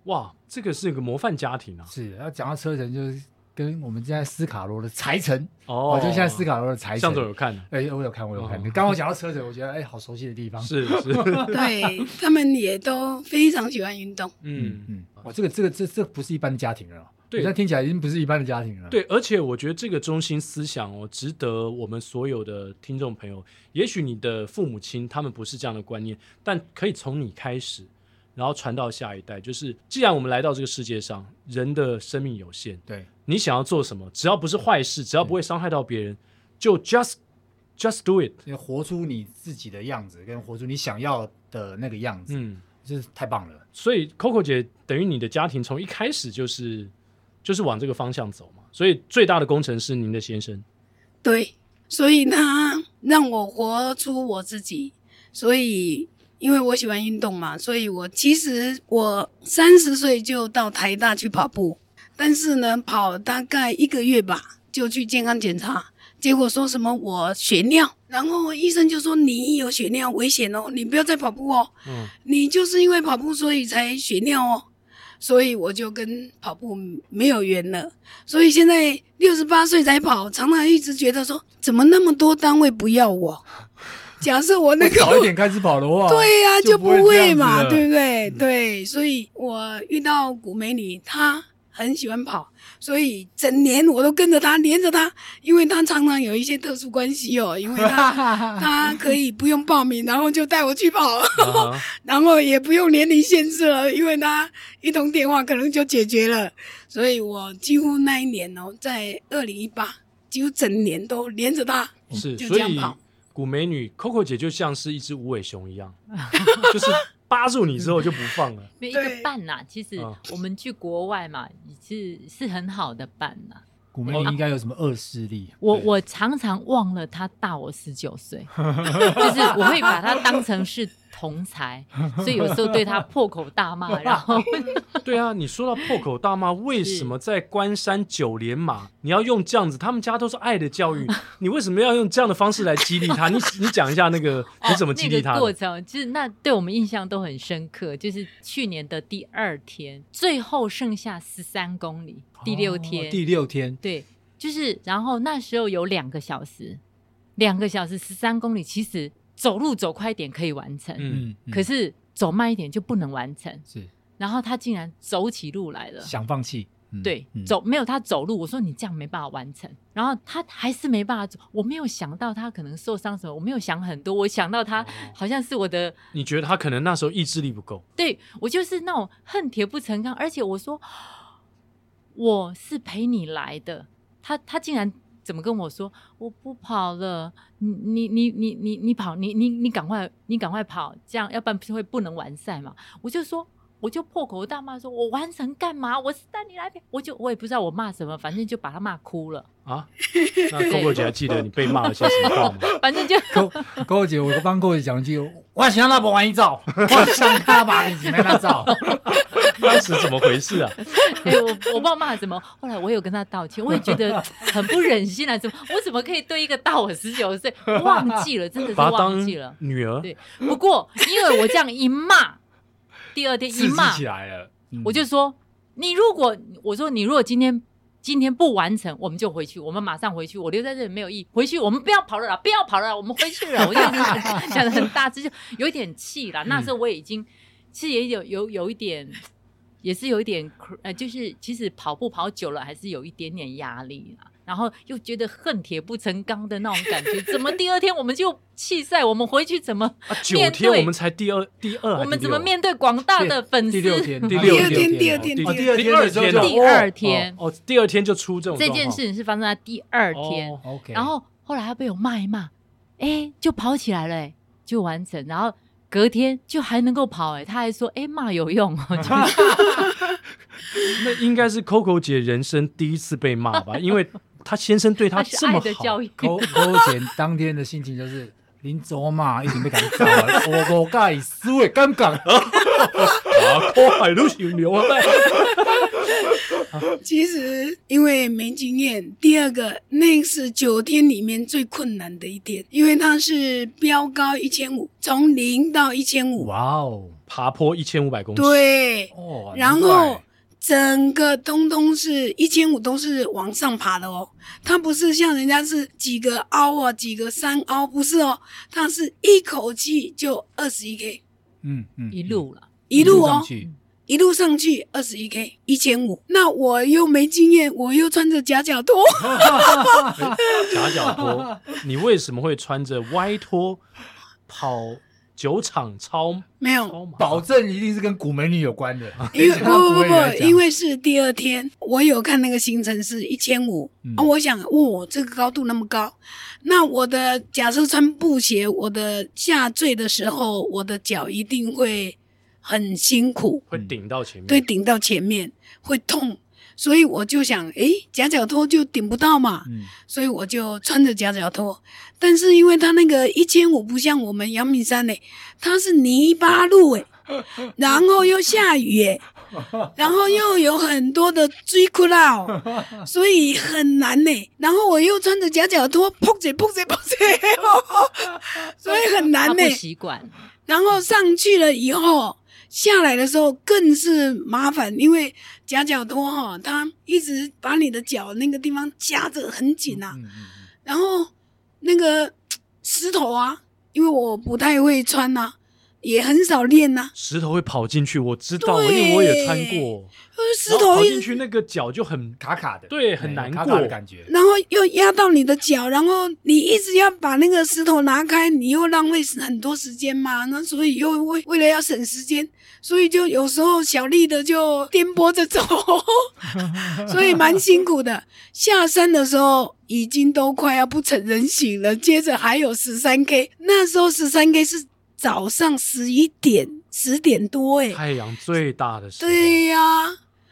Speaker 1: 哇，这个是一个模范家庭啊！
Speaker 4: 是。要讲到车程，就是跟我们现在斯卡罗的财神，
Speaker 1: 哦
Speaker 4: 我就现在斯卡罗的财
Speaker 1: 向总有
Speaker 4: 神。
Speaker 1: 看啊，
Speaker 4: 哎、我有看，我有看。
Speaker 1: 哦
Speaker 4: 你刚刚讲到车程，我觉得哎、好熟悉的地方。
Speaker 1: 是 是，
Speaker 5: 对他们也都非常喜欢运动，
Speaker 1: 嗯
Speaker 4: 嗯，哇，这个这个这这不是一般的家庭了哦，
Speaker 1: 对
Speaker 4: 你现在听起来已经不是一般的家庭了。，
Speaker 1: 对，而且我觉得这个中心思想哦，值得我们所有的听众朋友。也许你的父母亲他们不是这样的观念，但可以从你开始，然后传到下一代。就是既然我们来到这个世界上，人的生命有限，
Speaker 4: 对，
Speaker 1: 你想要做什么，只要不是坏事，只要不会伤害到别人，就 just just do it。
Speaker 4: 你活出你自己的样子，跟活出你想要的那个样子，
Speaker 1: 嗯，
Speaker 4: 这是太棒 了。
Speaker 1: 所以 Coco 姐等于你的家庭从一开始就是就是往这个方向走嘛。所以最大的功臣是您的先生。
Speaker 5: 对，所以他让我活出我自己。所以，因为我喜欢运动嘛，所以我其实我三十岁就到台大去跑步，但是呢，跑大概一个月吧，就去健康检查，结果说什么我血尿，然后医生就说你有血尿危险哦，你不要再跑步哦，
Speaker 1: 嗯，
Speaker 5: 你就是因为跑步所以才血尿哦，所以我就跟跑步没有缘了。所以现在六十八岁才跑，常常一直觉得说，怎么那么多单位不要我？假设我那个
Speaker 4: 早一点开始跑 的话，
Speaker 5: 对呀、
Speaker 4: 哦就
Speaker 5: 就
Speaker 4: 不会这样
Speaker 5: 会
Speaker 4: 子
Speaker 5: 嘛，
Speaker 4: 了嗯
Speaker 5: 对不对？对，所以我遇到古美女，她很喜欢跑，所以整年我都跟着她，黏着她，因为她常常有一些特殊关系哦，因为 她她可以不用报名，然后就带我去跑，
Speaker 1: 啊哈
Speaker 5: 然后也不用年龄限制了，因为他一通电话可能就解决了。所以我几乎那一年哦，在二零一八，几乎整年都连着他。
Speaker 1: 是，
Speaker 5: 就
Speaker 1: 所
Speaker 5: 这样
Speaker 1: 以
Speaker 5: 跑
Speaker 1: 古美女 Coco 姐就像是一只无尾熊一样， 就是扒住你之后就不放了。
Speaker 3: 没有一个
Speaker 5: 对
Speaker 3: 伴呐、其实
Speaker 4: 哦
Speaker 1: 啊
Speaker 3: 我们去国外嘛，是是很好的伴呐、
Speaker 4: 古妹应该有什么恶势力？
Speaker 3: 我
Speaker 1: 对
Speaker 3: 我常常忘了他大我十九 岁，就是我会把他当成是同才，所以有时候对他破口大骂，然后
Speaker 1: 对啊，你说到破口大骂，为
Speaker 3: 是
Speaker 1: 什么在关山九连马你要用这样子？他们家都是爱的教育，你为什么要用这样的方式来激励他？你你讲一下那个你怎么激励
Speaker 3: 哦
Speaker 1: 他
Speaker 3: 那个
Speaker 1: 的？
Speaker 3: 过程，就是那对我们印象都很深刻。就是去年的第二天，最后剩下十三公里，第六天，
Speaker 4: 哦第六天，
Speaker 3: 对，就是然后那时候有两个小时，两个小时十三公里，其实走路走快一点可以完成，
Speaker 1: 嗯，
Speaker 4: 嗯，
Speaker 3: 可是走慢一点就不能完成。
Speaker 4: 是
Speaker 3: 然后他竟然走起路来了。
Speaker 4: 想放弃，嗯
Speaker 3: 对，
Speaker 4: 嗯
Speaker 3: 走没有他走路，我说你这样没办法完成，然后他还是没办法走。我没有想到他可能受伤什么，我没有想很多，我想到
Speaker 4: 哦
Speaker 3: 他好像是我的，
Speaker 1: 你觉得他可能那时候意志力不够？
Speaker 3: 对我就是那种恨铁不成钢。而且我说我是陪你来的，他他竟然怎么跟我说我不跑了，你你你你你你跑，你你你赶快你赶快跑，这样要不然就会不能完赛嘛。我就说，我就破口大骂说，我完成干嘛？我是带你来陪，我就我也不知道我骂什么，反正就把他骂哭了，
Speaker 1: 啊，那 Coco 姐还记得你被骂了些什么话吗？
Speaker 3: 反正就
Speaker 4: 勾勾姐，我帮勾姐讲一句，我想那不玩一照， 我想他把你那那照，
Speaker 1: 当时怎么回事 啊？
Speaker 3: 对我我不知道骂什么。后来我有跟他道歉，我也觉得很不忍心啊，怎么我怎么可以对一个大我十九岁忘记了，真的是
Speaker 1: 把他当
Speaker 3: 忘记了。
Speaker 1: 女儿？
Speaker 3: 对，不过因为我这样一骂，第二天一
Speaker 4: 刺
Speaker 3: 骂
Speaker 4: 激起来了，嗯
Speaker 3: 我就说，你如果我说你如果今天今天不完成，我们就回去，我们马上回去，我留在这里没有意义。回去我们不要跑了啦，不要 跑了啦，我们回去了。我就讲的很大致，就有点气啦。那时候我已经。是也有有有一点，也是有一点 cr- 呃，就是其实跑步跑久了还是有一点点压力啊。然后又觉得恨铁不成钢的那种感觉，怎么第二天我们就弃赛？我们回去怎么
Speaker 1: 啊，九
Speaker 3: 面
Speaker 1: 天
Speaker 3: 对
Speaker 1: 我们才第二第二还是第六啊，
Speaker 3: 我们 怎么面对广大的粉丝？
Speaker 4: 第六天，
Speaker 1: 第六
Speaker 5: 天第二
Speaker 1: 哦
Speaker 5: 天
Speaker 1: 第
Speaker 5: 第
Speaker 4: 哦，
Speaker 5: 二
Speaker 4: 第二
Speaker 1: 第
Speaker 4: 天
Speaker 1: 二
Speaker 4: 的时候
Speaker 1: 天
Speaker 4: 就
Speaker 1: 啊
Speaker 3: 第二天
Speaker 1: 哦，第二天就出这种
Speaker 3: 这
Speaker 1: 状
Speaker 3: 件
Speaker 1: 况
Speaker 3: 事情是发生在第二
Speaker 1: 哦
Speaker 3: 天，
Speaker 4: 哦 OK，
Speaker 3: 然后后来他被我骂一骂，哎，就跑起来了、哎，就完成，然后隔天就还能够跑、哎，他还说，哎，骂有用哦，就是
Speaker 1: 那应该是 Coco 姐人生第一次被骂吧，因为她先生对她
Speaker 3: 他是
Speaker 1: 这
Speaker 3: 爱
Speaker 1: 么
Speaker 3: 的
Speaker 1: 好
Speaker 3: 教，育。
Speaker 4: 扣扣钱当天的心情就是。林卓嘛，一直被赶走了，我我该死诶，尴尬。
Speaker 1: 啊，破海都行流啊！
Speaker 5: 其实因为没经验，第二个那是九天里面最困难的一天，因为它是标高一千五，从零到一千五，
Speaker 4: 哇哦，
Speaker 1: 爬坡一千五百公尺，
Speaker 5: 对，
Speaker 4: 哦，
Speaker 5: 然
Speaker 4: 难
Speaker 5: 后
Speaker 4: 怪
Speaker 5: 整个通通是一千五都是往上爬的哦，它不是像人家是几个凹啊，几个山凹，不是哦，它是一口气就二十一 K，
Speaker 4: 嗯嗯，
Speaker 3: 一路了，
Speaker 5: 一路
Speaker 4: 上
Speaker 5: 哦，
Speaker 4: 去
Speaker 5: 一路上去二十一 K，一千五。那我又没经验，我又穿着夹脚拖，
Speaker 1: 夹脚拖，你为什么会穿着歪拖跑九场超
Speaker 5: 没有，
Speaker 1: 超马？
Speaker 4: 保证一定是跟古美女有关的。
Speaker 5: 因为
Speaker 4: 这
Speaker 5: 不
Speaker 4: 样子
Speaker 5: 不不
Speaker 4: 我也来
Speaker 5: 不，
Speaker 4: 讲
Speaker 5: 因为是第二天，我有看那个行程是一千五
Speaker 4: 嗯
Speaker 5: 啊，我想，哇，这个高度那么高，那我的假设穿布鞋，我的下坠的时候，我的脚一定会很辛苦，
Speaker 1: 会顶到
Speaker 4: 嗯
Speaker 1: 前面，
Speaker 5: 嗯对，顶到前面会痛，所以我就想，诶，夹脚拖就顶不到嘛，
Speaker 4: 嗯，
Speaker 5: 所以我就穿着夹脚拖，但是因为它那个一千五不像我们阳明山嘞、它是泥巴路诶、然后又下雨诶、然后又有很多的追哭浪，所以很难呢、然后我又穿着夹脚拖，碰着碰着碰着， 所以很
Speaker 3: 他
Speaker 5: 难呢、
Speaker 3: 不习惯，
Speaker 5: 然后上去了以后，下来的时候更是麻烦，因为夹脚拖哈、它一直把你的脚那个地方夹着很紧啊。
Speaker 4: 嗯嗯嗯
Speaker 5: 然后那个石头啊，因为我不太会穿呐、也很少练呐、
Speaker 1: 石头会跑进去，我知道，因
Speaker 5: 对
Speaker 1: 为我也穿过，
Speaker 5: 呃石
Speaker 1: 然后
Speaker 5: 头
Speaker 1: 跑
Speaker 5: 一
Speaker 1: 进
Speaker 5: 直，
Speaker 1: 去那个脚就很
Speaker 4: 卡卡的，
Speaker 1: 对很难
Speaker 4: 卡
Speaker 1: 过
Speaker 4: 卡哎的感觉。
Speaker 5: 然后又压到你的脚，然后你一直要把那个石头拿开，你又浪费很多时间嘛。那所以又为为了要省时间，所以就有时候小力的就颠簸着走，所以蛮辛苦的。下山的时候已经都快要不成人形了，接着还有十三 K，那时候十三 K 是早上十一点十点多哎、
Speaker 1: 太阳最大的时候，
Speaker 5: 对呀、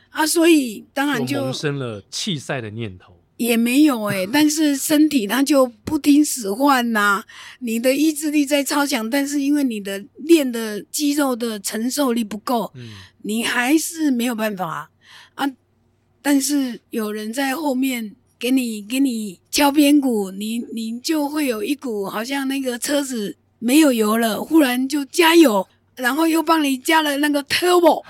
Speaker 5: 啊，所以当然
Speaker 1: 就
Speaker 5: 就
Speaker 1: 萌生了弃赛的念头。
Speaker 5: 也没有哎、但是身体它就不听使唤呐、你的意志力在超强，但是因为你的练的肌肉的承受力不够，
Speaker 1: 嗯，
Speaker 5: 你还是没有办法啊。但是有人在后面给你给你敲边鼓，你你就会有一股好像那个车子没有油了，忽然就加油，然后又帮你加了那个 turbo，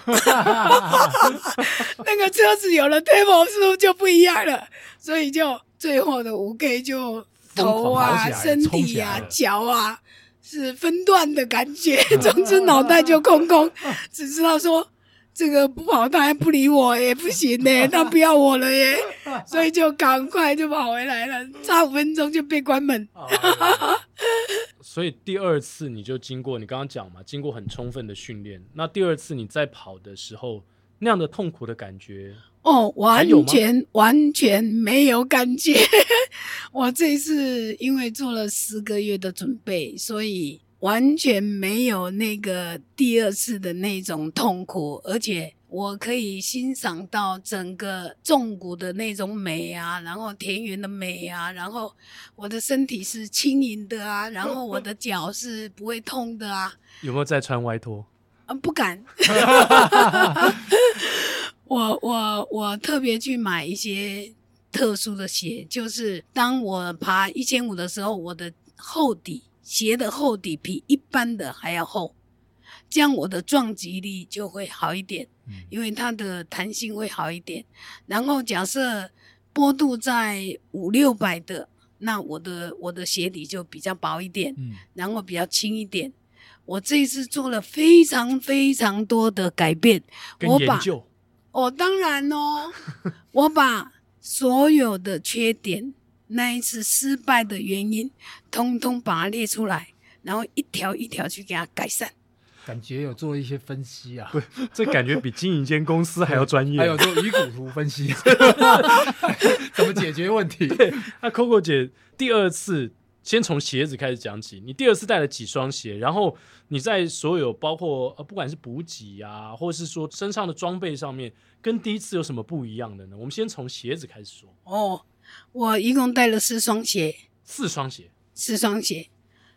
Speaker 5: 那个车子有了 turbo 是不是就不一样了？所以就最后的五 K 就头
Speaker 4: 疯
Speaker 5: 啊、
Speaker 4: 狂跑起来
Speaker 5: 身
Speaker 4: 冲
Speaker 5: 体
Speaker 4: 起来
Speaker 5: 啊
Speaker 4: 了、
Speaker 5: 脚啊是分段的感觉， 总之脑袋就空空，只知道说这个不跑他还不理我也不行呢、他不要我了耶、所以就赶快就跑回来了，差五分钟就被关门。
Speaker 1: 啊所以第二次你就经过你刚刚讲嘛，经过很充分的训练。那第二次你在跑的时候，那样的痛苦的感觉，
Speaker 5: 哦，
Speaker 1: 还有
Speaker 5: 完
Speaker 1: 吗
Speaker 5: 全完全没有感觉。 我这一次因为做了十个月的准备，所以完全没有那个第二次的那种痛苦，而且我可以欣赏到整个纵谷的那种美啊，然后田园的美啊，然后我的身体是轻盈的啊，然后我的脚是不会痛的啊。
Speaker 1: 有没有在穿外拖？
Speaker 5: 啊，不敢。 我我我特别去买一些特殊的鞋，就是当我爬一千五的时候，我的厚底鞋的厚底比一般的还要厚，这样我的撞击力就会好一点，
Speaker 4: 嗯
Speaker 5: 因为它的弹性会好一点。然后假设坡度在五六百的，那我的我的鞋底就比较薄一点，
Speaker 4: 嗯
Speaker 5: 然后比较轻一点。我这一次做了非常非常多的改变，
Speaker 1: 跟
Speaker 5: 我把
Speaker 1: 研究，
Speaker 5: 哦，当然哦，我把所有的缺点、那一次失败的原因，通通把它列出来，然后一条一条去给它改善。
Speaker 4: 感觉有做一些分析啊，
Speaker 1: 这感觉比经营一间公司还要专业。
Speaker 4: 还有做鱼骨图分析， 怎么解决问题？
Speaker 1: 那 Coco 姐第二次先从鞋子开始讲起，你第二次带了几双鞋？然后你在所有包括呃不管是补给啊，或是说身上的装备上面，跟第一次有什么不一样的呢？我们先从鞋子开始说，
Speaker 5: 哦，我一共带了四双鞋，
Speaker 1: 四双鞋，
Speaker 5: 四双鞋，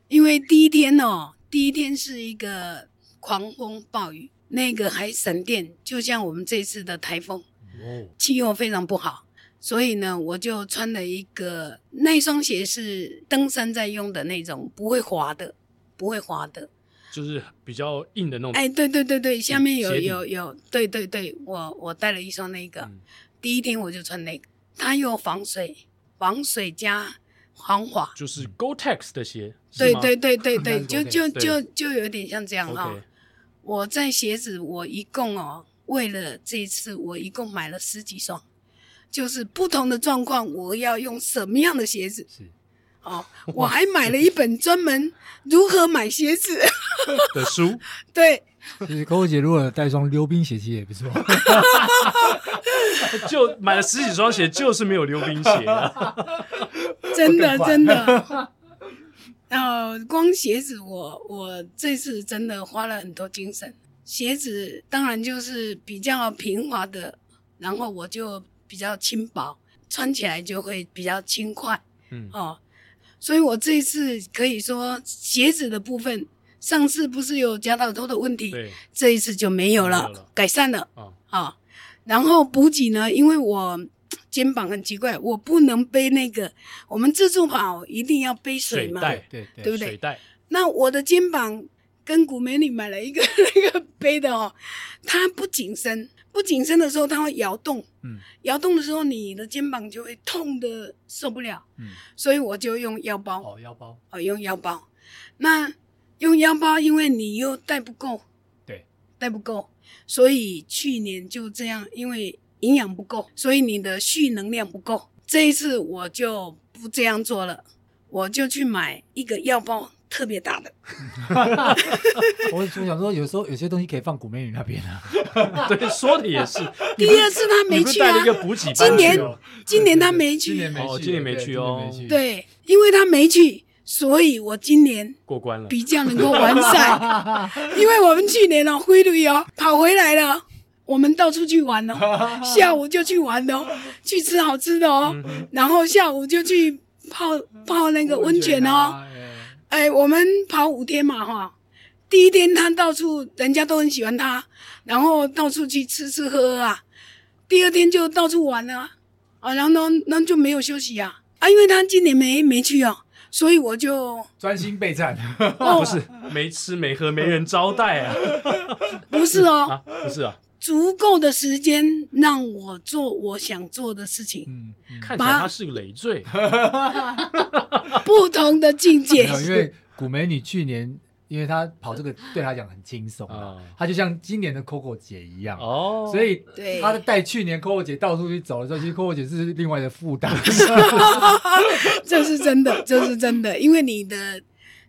Speaker 5: 因为第一天哦，第一天是一个狂风暴雨，那个还闪电，就像我们这次的台风，
Speaker 1: 哦，
Speaker 5: 气候非常不好，所以呢，我就穿了一个那一双鞋是登山在用的那种，不会滑的，不会滑的。
Speaker 1: 就是比较硬的那种。
Speaker 5: 哎，对对对对，下面有
Speaker 1: 鞋底
Speaker 5: 有有，对对对，我我带了一双那个，
Speaker 1: 嗯
Speaker 5: 第一天我就穿那个，它又防水，防水加防滑。
Speaker 1: 就是 Gore-Tex 的鞋，
Speaker 5: 对
Speaker 1: 是吗
Speaker 5: 对哦 对对对，
Speaker 4: 难
Speaker 5: 就
Speaker 4: 过的
Speaker 5: 就
Speaker 1: 对
Speaker 5: 就就有点像这样哈、
Speaker 1: ，OK，
Speaker 5: 我在鞋子，我一共哦，为了这一次，我一共买了十几双，就是不同的状况，我要用什么样的鞋子
Speaker 4: 是
Speaker 5: 哦。我还买了一本专门如何买鞋子，
Speaker 1: 的书，
Speaker 5: 对，
Speaker 4: 其实 Coco 姐如果带双溜冰鞋，其实也不错。
Speaker 1: 哎就买了十几双鞋，就是没有溜冰鞋 啊。
Speaker 5: 真的
Speaker 4: 更快
Speaker 5: 真的。 然后光鞋子我，我这次真的花了很多精神。鞋子当然就是比较平滑的，然后我就比较轻薄，穿起来就会比较轻快
Speaker 1: 嗯，
Speaker 5: 哦。所以我这一次可以说鞋子的部分，上次不是有夹到头的问题，
Speaker 1: 对
Speaker 5: 这一次就没有
Speaker 1: 没有
Speaker 5: 了
Speaker 1: 了，
Speaker 5: 改善了。
Speaker 1: 啊，
Speaker 5: 啊、然后补给呢，因为我肩膀很奇怪，我不能背那个，我们自助跑一定要背水
Speaker 1: 水
Speaker 5: 嘛。
Speaker 1: 袋，
Speaker 4: 对对
Speaker 5: 对不对
Speaker 1: 水袋，
Speaker 5: 那我的肩膀跟古美女买了一个 那个背的哦，它不紧身，不紧身的时候它会摇动，
Speaker 4: 嗯
Speaker 5: 摇动的时候你的肩膀就会痛的受不了，
Speaker 4: 嗯，
Speaker 5: 所以我就用腰包，
Speaker 4: 哦，腰包，
Speaker 5: 哦，用腰包。那用腰包，因为你又带不够，
Speaker 4: 对，
Speaker 5: 带不够，所以去年就这样，因为营养不够，所以你的蓄能量不够。这一次我就不这样做了，我就去买一个腰包特别大的，
Speaker 4: 我我想说，有时候有些东西可以放古美女那边啊。
Speaker 1: 对，说的也是。
Speaker 5: 第二次他
Speaker 1: 你
Speaker 5: 没
Speaker 1: 不是
Speaker 5: 去
Speaker 1: 带
Speaker 5: 啊
Speaker 1: 了一，个补给班
Speaker 5: 今年
Speaker 1: 去哦
Speaker 5: 今年他没去，
Speaker 4: 今年没
Speaker 1: 哦
Speaker 4: 去，
Speaker 1: 今年没
Speaker 4: 对
Speaker 1: 去哦
Speaker 4: 今年没去
Speaker 5: 对，因为他没去，所以我今年
Speaker 1: 过关了，
Speaker 5: 比较能够完善，因为我们去年哦，灰驴哦跑回来了，我们到处去玩 哦，下午就去玩哦，去吃好吃的哦，然后下午就去泡泡那个温泉哦。
Speaker 4: 啊，哎
Speaker 5: 哎，我们跑五天嘛哈，第一天他到处人家都很喜欢他，然后到处去吃吃喝喝啊，第二天就到处玩啊，啊，然后呢，那就没有休息啊，啊，因为他今年没没去哦，所以我就
Speaker 4: 专心备战，
Speaker 5: 哦
Speaker 1: 不是没吃没喝没人招待啊
Speaker 5: 不 是 哦。
Speaker 1: 啊，不是啊，
Speaker 5: 足够的时间让我做我想做的事情，
Speaker 4: 嗯，嗯
Speaker 1: 看起来他是个累 赘，
Speaker 5: 不同的境界
Speaker 4: 没。有因为古美女去年，因为她跑这个对她讲很轻松啊
Speaker 1: 啊，
Speaker 4: 她就像今年的 Coco 姐一样。
Speaker 1: 哦，
Speaker 4: 所以
Speaker 5: 对，
Speaker 4: 她带去年 Coco 姐到处去走的时候，其实 Coco 姐是另外的 负担。
Speaker 5: 这是真的，这是真的，因为你的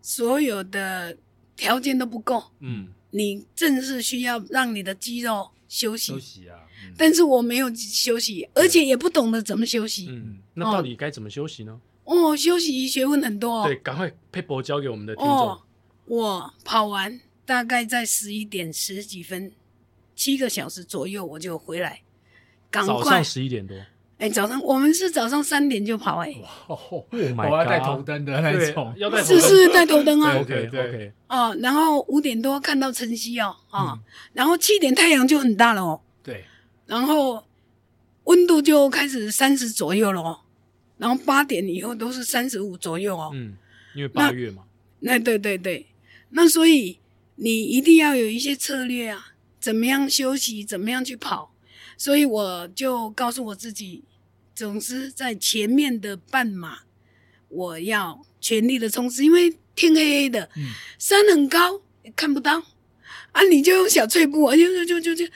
Speaker 5: 所有的条件都不够，
Speaker 1: 嗯，
Speaker 5: 你正是需要让你的肌肉休息。
Speaker 4: 休息啊，嗯
Speaker 5: 但是我没有休息，而且也不懂得怎么休息。
Speaker 1: 嗯，那到底该怎么休息呢？
Speaker 5: 哦，休息学问很多、哦。
Speaker 1: 对，赶快 paper 交给我们的听众
Speaker 5: 哦。，我跑完大概在十一点十几分，七个小时左右我就回来，赶
Speaker 1: 早
Speaker 5: 快
Speaker 1: 上。十一点多，
Speaker 5: 哎、早上我们是早上三点就跑、哎，
Speaker 4: 哦
Speaker 1: Oh my
Speaker 4: 我要带
Speaker 1: God
Speaker 4: 头灯的那一
Speaker 1: 对
Speaker 4: 种，，
Speaker 1: 要带
Speaker 5: 是是带头灯啊
Speaker 4: 对，
Speaker 1: OK OK，
Speaker 5: 哦，然后五点多看到晨曦哦，啊、
Speaker 4: 嗯
Speaker 5: 然后七点太阳就很大了哦，
Speaker 4: 对，
Speaker 5: 然后温度就开始三十左右了哦，然后八点以后都是三十五左右哦，
Speaker 1: 嗯，因为八月嘛，
Speaker 5: 那对对对，那所以你一定要有一些策略啊，怎么样休息，怎么样去跑。所以我就告诉我自己，总之在前面的半马，我要全力的冲刺，因为天黑黑的，
Speaker 4: 嗯
Speaker 5: 山很高，哎、看不到啊，你就用小碎布啊，就就就就就，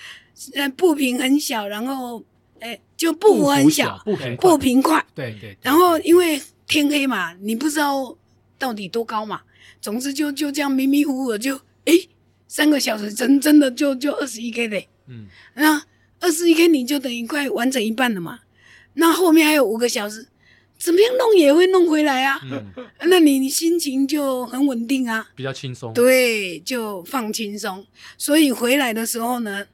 Speaker 5: 呃，步频很小，然后哎，就步幅很小，
Speaker 1: 不平
Speaker 5: 步频快，
Speaker 4: 对对，
Speaker 5: 然后因为天黑嘛，你不知道到底多高嘛，总之就就这样迷迷糊糊的就哎，三个小时真真的就就二十一 K 嘞，
Speaker 1: 嗯，
Speaker 5: 那二十一 K 你就等于快完成一半了嘛，那后面还有五个小时，怎么样弄也会弄回来啊，
Speaker 1: 嗯，
Speaker 5: 那你你心情就很稳定啊。
Speaker 1: 比较轻松。
Speaker 5: 对，就放轻松。所以回来的时候呢，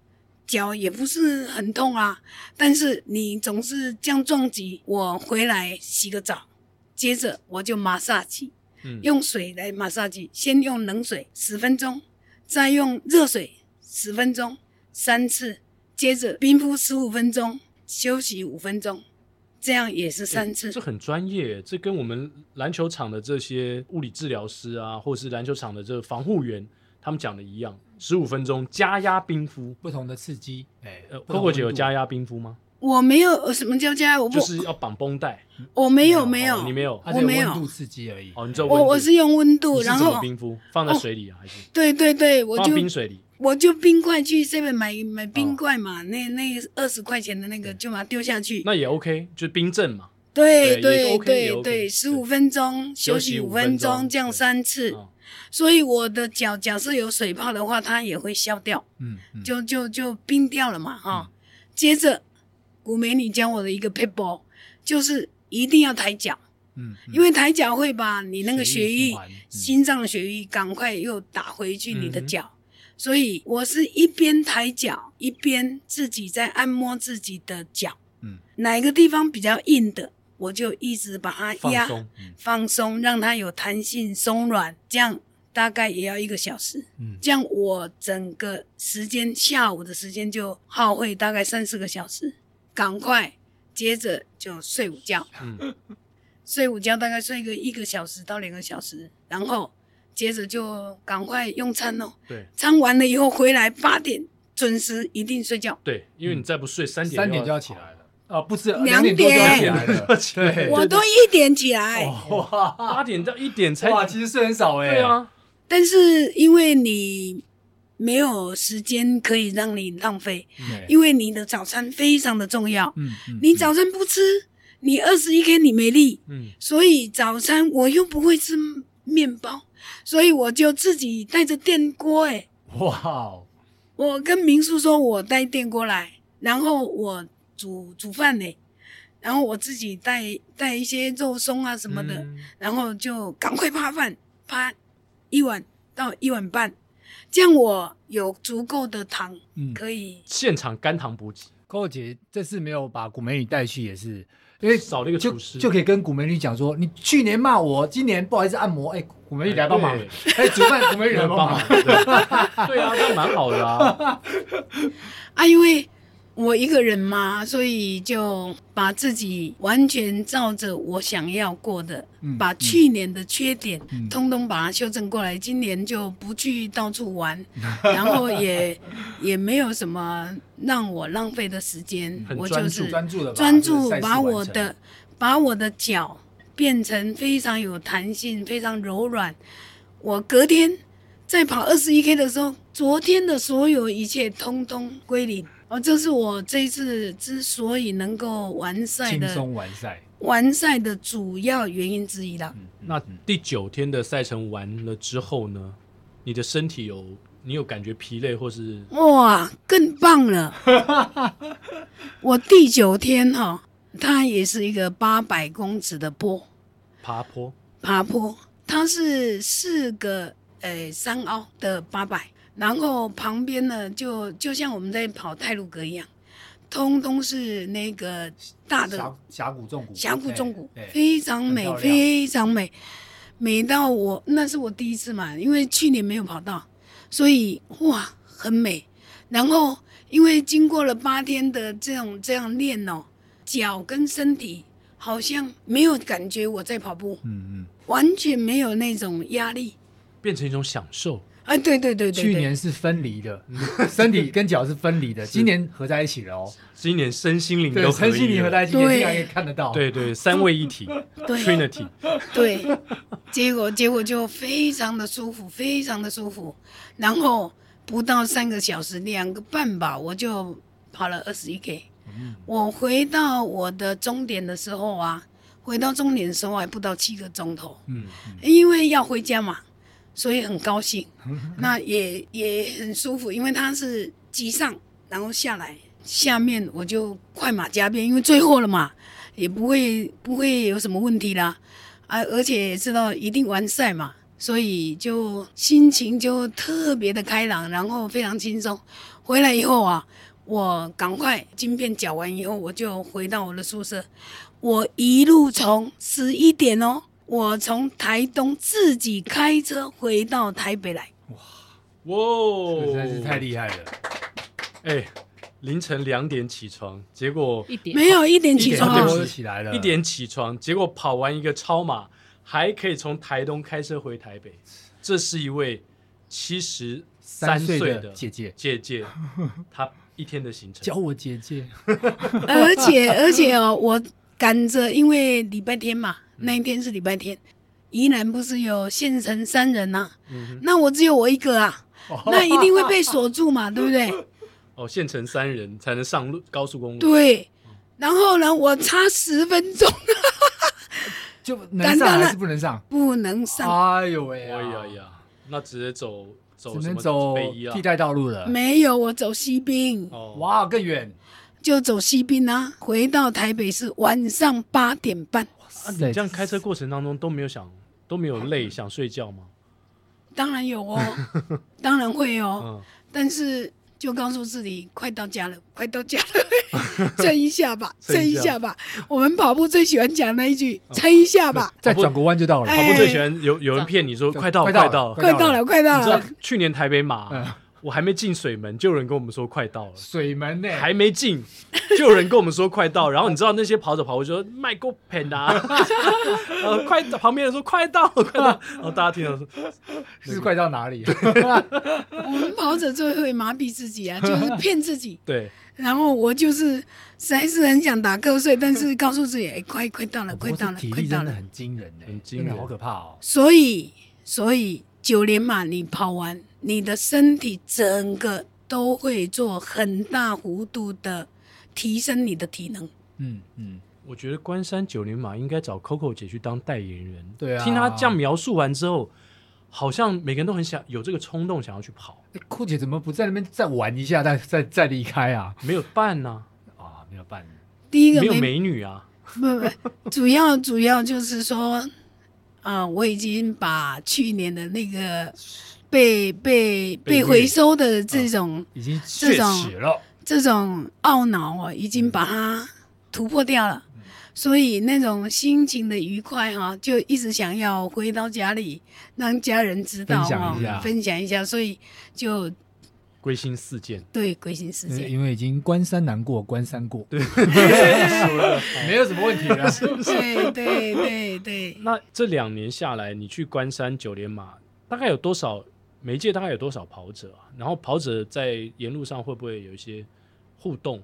Speaker 5: 脚也不是很痛啊，但是你总是这样撞击。我回来洗个澡，接着我就马杀鸡，
Speaker 1: 嗯，
Speaker 5: 用水来马杀鸡，先用冷水十分钟，再用热水十分钟，三次，接着冰敷十五分钟，休息五分钟，这样也是三次。
Speaker 1: 这很专业，这跟我们篮球场的这些物理治疗师啊，或是篮球场的这个防护员，他们讲的一样，十五分钟加压冰敷。
Speaker 4: 不同的刺激，哎
Speaker 1: 呃，
Speaker 4: 不同
Speaker 1: ，Coco 姐有
Speaker 4: 温度
Speaker 1: 加压冰敷吗？
Speaker 5: 我没有呃什么叫加，我不，
Speaker 1: 就是要绑绷带。
Speaker 5: 我没有没
Speaker 1: 哦
Speaker 5: 有
Speaker 1: 你，没有
Speaker 4: 它
Speaker 5: 我
Speaker 4: 只有
Speaker 5: 没有
Speaker 4: 温度刺激而已。
Speaker 1: 哦，你只有温
Speaker 5: 我
Speaker 1: 度
Speaker 5: 我是用温
Speaker 1: 你
Speaker 5: 度，
Speaker 1: 是
Speaker 5: 然
Speaker 1: 怎么
Speaker 5: 后
Speaker 1: 冰敷放在水里啊，还是
Speaker 5: 对对对，我
Speaker 1: 放
Speaker 5: 就
Speaker 1: 冰水里？
Speaker 5: 我就冰块去 seven 买买冰块嘛，那那二十块钱的那个就把它丢下去。
Speaker 1: 哦那也 OK，就是冰镇嘛。对
Speaker 5: 对
Speaker 1: 也
Speaker 5: 对
Speaker 1: OK，也
Speaker 5: 对
Speaker 1: OK，
Speaker 5: 对，
Speaker 1: 对
Speaker 5: 十五分钟休
Speaker 1: 休息
Speaker 5: 息
Speaker 1: 5
Speaker 5: 五
Speaker 1: 分
Speaker 5: 分
Speaker 1: 钟
Speaker 5: 钟，这样
Speaker 1: 对
Speaker 5: 三次。
Speaker 1: 哦
Speaker 5: 所以我的脚假设有水泡的话，它也会消掉，
Speaker 4: 嗯，嗯
Speaker 5: 就就就冰掉了嘛
Speaker 1: 嗯
Speaker 5: 哈。接着，古美你教我的一个 p a p e 就是一定要抬脚，
Speaker 4: 嗯，
Speaker 5: 因为抬脚会把你那个血
Speaker 4: 血液
Speaker 5: 液
Speaker 4: 循环嗯
Speaker 5: 心脏的血液赶快又打回去你的
Speaker 1: 嗯哼
Speaker 5: 脚，所以我是一边抬脚一边自己在按摩自己的脚，
Speaker 4: 嗯，
Speaker 5: 哪个地方比较硬的，我就一直把它
Speaker 1: 放
Speaker 5: 压
Speaker 1: 松，嗯
Speaker 5: 放松，让它有弹性松软，这样大概也要一个小时，
Speaker 4: 嗯
Speaker 5: 这样我整个时间下午的时间就耗费大概三四个小时，赶快接着就睡午觉。
Speaker 1: 嗯，
Speaker 5: 睡午觉大概睡个一个小时到两个小时，然后接着就赶快用餐哦。
Speaker 1: 对
Speaker 5: 餐完了以后回来八点准时一定睡觉。
Speaker 1: 对，因为你再不睡，三点
Speaker 4: 嗯三点就要起来了，啊，不是两
Speaker 5: 点
Speaker 4: 点多就要起来了，对，哦
Speaker 5: 我都一点起来，
Speaker 4: 哇
Speaker 1: 哦八点到一点才
Speaker 4: 哇，其实睡很少哎，
Speaker 1: 对，啊，
Speaker 5: 但是因为你没有时间可以让你浪费，因为你的早餐非常的重要。
Speaker 4: 嗯，嗯
Speaker 5: 你早餐不吃，你二十一天你没力，
Speaker 1: 嗯，
Speaker 5: 所以早餐我又不会吃面包，所以我就自己带着电锅、欸，
Speaker 4: 哇哦，
Speaker 5: 我跟民宿说，我带电锅来，然后我煮煮饭呢，然后我自己带带一些肉松啊什么的，
Speaker 1: 嗯
Speaker 5: 然后就赶快扒饭，扒一碗到一碗半，这样我有足够的糖
Speaker 4: 嗯
Speaker 5: 可以。
Speaker 1: 现场肝糖补给，
Speaker 4: ，Coco 姐这次没有把古美女带去，也是因为
Speaker 1: 少了一个
Speaker 4: 就
Speaker 1: 厨师，
Speaker 4: 就可以跟古美女讲说，你去年骂我，今年不好意思按摩，哎，古美女来帮忙，
Speaker 1: 对
Speaker 4: 哎，煮饭古美女来
Speaker 1: 很
Speaker 4: 帮
Speaker 1: 棒
Speaker 4: 忙
Speaker 1: 啊，，对对啊，那蛮好的啊，
Speaker 5: 啊，因为我一个人嘛，所以就把自己完全照着我想要过的，
Speaker 4: 嗯
Speaker 5: 把去年的缺点、
Speaker 4: 嗯
Speaker 5: 通通把它修正过来。今年就不去到处玩，然后也也没有什么让我浪费的时间
Speaker 1: 很，
Speaker 5: 我
Speaker 1: 专
Speaker 5: 就
Speaker 1: 注
Speaker 5: 是
Speaker 4: 专注的
Speaker 5: 专注把我的把我的脚变成非常有弹性、非常柔软。我隔天在跑二十一 K 的时候，昨天的所有一切通通归零。哦，这是我这一次之所以能够完赛
Speaker 4: 轻
Speaker 5: 的
Speaker 4: 松完赛，
Speaker 5: 完赛的主要原因之一啦。
Speaker 4: 嗯
Speaker 1: 那第九天的赛程完了之后呢，你的身体有你有感觉疲累或是
Speaker 5: 哇，更棒了！
Speaker 4: 嗯
Speaker 5: 我第九天哈、它也是一个八百公尺的坡
Speaker 1: 爬坡？
Speaker 5: 爬坡，它是四个呃山凹的八百，然后旁边呢就就像我们在跑泰鲁格一样，通通是那个大的
Speaker 4: 峡峡谷重谷，
Speaker 5: 峡谷重谷
Speaker 4: 对，对
Speaker 5: 非常美
Speaker 4: 很，漂亮
Speaker 5: 非常美，美到我那是我第一次嘛，因为去年没有跑到，所以哇很美。然后因为经过了八天的这种这样练哦，脚跟身体好像没有感觉我在跑步，
Speaker 4: 嗯嗯。
Speaker 5: 完全没有那种压力。
Speaker 1: 变成一种享受，
Speaker 5: 哎，对对对对对，
Speaker 4: 去年是分离的，嗯身体跟脚是分离的，今年合在一起了哦。
Speaker 1: 今年身心灵
Speaker 4: 对，
Speaker 1: 都
Speaker 4: 陈
Speaker 1: 合
Speaker 4: 信
Speaker 1: 一
Speaker 4: 你合在
Speaker 1: 了，
Speaker 4: 一起，年
Speaker 5: 对
Speaker 4: 纪大家可以看得到。
Speaker 1: 对对，三位一体 Trinity，
Speaker 5: 对，结果结果就非常的舒服，非常的舒服。然后不到三个小时，两个半吧，我就跑了二十一 K。我
Speaker 4: 嗯
Speaker 5: 回到我的终点的时候啊，回到终点的时候还不到七个钟头，
Speaker 1: 嗯，
Speaker 5: 因为要回家嘛，所以很高兴。那也也很舒服，因为它是急上然后下来，下面我就快马加鞭，因为最后了嘛，也不会不会有什么问题啦。啊，而且也知道一定完赛嘛，所以就心情就特别的开朗，然后非常轻松。回来以后啊，我赶快晶片缴完以后，我就回到我的宿舍。我一路从十一点哦，我从台东自己开车回到台北来。
Speaker 1: 哇
Speaker 4: 这
Speaker 1: 哦，
Speaker 4: 个实在是太厉害了。
Speaker 1: 哎，凌晨两点起床，结果
Speaker 3: 一点
Speaker 5: 没有一点起
Speaker 1: 一
Speaker 5: 床
Speaker 1: 点
Speaker 5: 啊
Speaker 1: 多
Speaker 4: 就起来了，
Speaker 1: 一点起床，结果跑完一个超马，还可以从台东开车回台北。这是一位七十
Speaker 4: 三
Speaker 1: 岁
Speaker 4: 岁
Speaker 1: 的
Speaker 4: 的姐姐
Speaker 1: 姐姐，她一天的行
Speaker 4: 教
Speaker 1: 程。
Speaker 4: 我姐姐，
Speaker 5: 而且而且哦，我赶着，因为礼拜天嘛，那一天是礼拜天，宜兰不是有县城三人呐、
Speaker 1: 嗯
Speaker 5: 那我只有我一个啊，
Speaker 4: 哦
Speaker 5: 那一定会被锁住嘛，对不对？
Speaker 1: 哼哦，县城三人才能上路高速公路。
Speaker 5: 对。然后呢，我差十分钟
Speaker 4: 就能上还是不能上？
Speaker 5: 不能上，
Speaker 4: 哎呦喂啊！
Speaker 1: 哎呀呀，那只能走走
Speaker 4: 只
Speaker 1: 什
Speaker 4: 能
Speaker 1: 么
Speaker 4: 走
Speaker 1: 北一啊
Speaker 4: 替？代道路了。
Speaker 5: 没有我走西滨，
Speaker 1: 哦，
Speaker 4: 哇，更远！
Speaker 5: 就走西滨啊。回到台北是晚上八点半，
Speaker 1: 啊你这样开车过程当中都没有想都没有
Speaker 4: 嗯
Speaker 1: 累，想睡觉吗？
Speaker 5: 当然有哦，当然会哦。
Speaker 1: 嗯，
Speaker 5: 但是就告诉自己，快到家了，快到家了， 撑一下吧，
Speaker 1: 撑
Speaker 5: 撑
Speaker 1: 一
Speaker 5: 一
Speaker 1: 下
Speaker 5: 下吧。我们跑步最喜欢讲那一句，撑一下吧，
Speaker 4: 再转个弯就到了。
Speaker 5: 哎
Speaker 1: 跑步嗯最喜欢有有人骗你说
Speaker 4: 对
Speaker 1: 快到
Speaker 4: 快
Speaker 1: 快
Speaker 4: 到
Speaker 1: 到
Speaker 4: 了
Speaker 1: 了，
Speaker 5: 快到了，哎快到
Speaker 1: 你知道
Speaker 5: 了。
Speaker 1: 去年台北马，
Speaker 4: 嗯
Speaker 1: 我还没进水门，就有人跟我们说快到了。
Speaker 4: 水门呢？
Speaker 1: 还没进，就有人跟我们说快到，然后你知道那些跑者跑过去说卖够盆啊， 呃，快旁边人说快 到了，快到了，然后大家听到说
Speaker 4: 是快到哪里？
Speaker 5: 我们跑者最会麻痹自己啊， 就是骗自己。
Speaker 1: 对，
Speaker 5: 然后我就是实在是很想打瞌睡，但是告诉自己，哎，快快到了，快到了
Speaker 4: 体，
Speaker 5: 快
Speaker 4: 力
Speaker 5: 到
Speaker 4: 真的
Speaker 5: 了。
Speaker 4: 很惊人呢，
Speaker 1: 很惊人
Speaker 4: 真的好可怕哦！
Speaker 5: 所以，所以九连马你跑完，你的身体整个都会做很大幅度的提升你的体能。
Speaker 4: 嗯嗯，
Speaker 1: 我觉得关山九连马应该找 Coco 姐去当代言人，
Speaker 4: 对啊
Speaker 1: 听她这样描述完之后，好像每个人都很想有这个冲动想要去跑，
Speaker 4: 哎酷姐怎么不在那边再玩一下，再再再离开啊？
Speaker 1: 没有伴呐、
Speaker 4: 啊，没有办法，
Speaker 5: 第一个
Speaker 1: 没有
Speaker 5: 没
Speaker 1: 美女啊，
Speaker 5: 不不， 主要主要就是说，啊、我已经把去年的那个被被
Speaker 1: 被
Speaker 5: 被
Speaker 1: 虐啊
Speaker 5: 回收的这种、
Speaker 4: 已经血耻了。
Speaker 5: 这种懊恼哦，已
Speaker 4: 嗯
Speaker 5: 经把它突破掉了。所以那种心情的愉快哈、就一直想要回到家里，让家人知道
Speaker 4: 分
Speaker 5: 哈、
Speaker 4: 享一下
Speaker 5: 分享一下，所以就
Speaker 1: 归心似箭，
Speaker 5: 对归心似
Speaker 4: 因为
Speaker 5: 箭。
Speaker 4: 因为已经关山难过关山过， 对，没有什么问题啊 了。
Speaker 5: 对对对对，
Speaker 1: 那这两年下来，你去关山九连马，大概有多少？每一届大概有多少跑者啊？然后跑者在沿路上会不会有一些互动？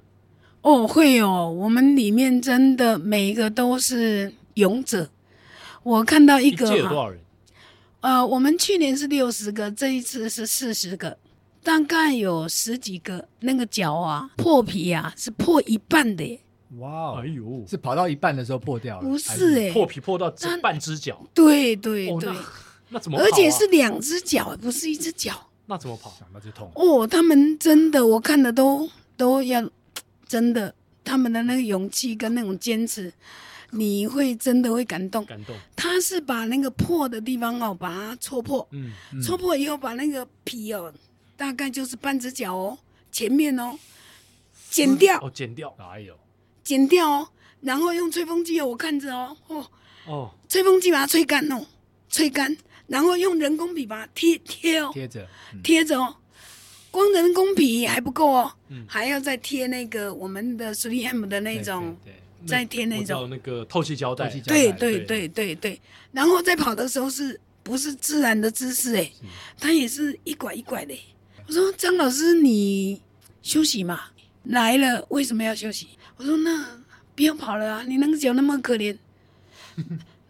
Speaker 5: 哦，会哦，我们里面真的每一个都是勇者。我看到一个
Speaker 1: 届有多
Speaker 5: 哈，
Speaker 1: 少人？
Speaker 5: 呃，我们去年是六十个，这一次是四十个，大概有十几个那个脚啊破皮啊是破一半的耶，
Speaker 4: 哇哦
Speaker 1: 哎，呦，
Speaker 4: 是跑到一半的时候破掉了，
Speaker 5: 不
Speaker 4: 还
Speaker 5: 是哎、
Speaker 1: 啊破皮破到只
Speaker 5: 那
Speaker 1: 半只脚，
Speaker 5: 对对
Speaker 1: 哦
Speaker 5: 对，
Speaker 1: 那那怎么跑啊？
Speaker 5: 而且是两只脚，不是一只脚
Speaker 1: 那怎么跑？
Speaker 4: 想到就痛。
Speaker 5: 哦。他们真的，我看的都都要真的，他们的那个勇气跟那种坚持，你会真的会感动。
Speaker 1: 感动，
Speaker 5: 他是把那个破的地方哦，把它戳破，
Speaker 1: 嗯，
Speaker 4: 嗯
Speaker 5: 戳破以后把那个皮哦，大概就是半只脚哦，前面哦，剪掉，
Speaker 1: 哦，剪掉，
Speaker 4: 哎呦，
Speaker 5: 剪掉哦，然后用吹风机哦，我看着哦，哦，
Speaker 1: 哦，
Speaker 5: 吹风机把它吹干哦，吹干，然后用人工皮把它贴贴哦，
Speaker 4: 贴着，嗯
Speaker 5: 贴着哦，光人工皮还不够哦，
Speaker 1: 嗯
Speaker 5: 还要再贴那个我们的 3M 的那种，
Speaker 4: 对对对
Speaker 5: 再贴那
Speaker 1: 我知道
Speaker 5: 种
Speaker 1: 那个透气胶带
Speaker 4: 透气，胶带
Speaker 5: 对
Speaker 4: 对
Speaker 5: 对对对对，然后在跑的时候是不是自然的姿势，哎，它也是一拐一拐的。我说张老师，你休息嘛，来了为什么要休息？我说那不要跑了啊，你那个脚那么可怜。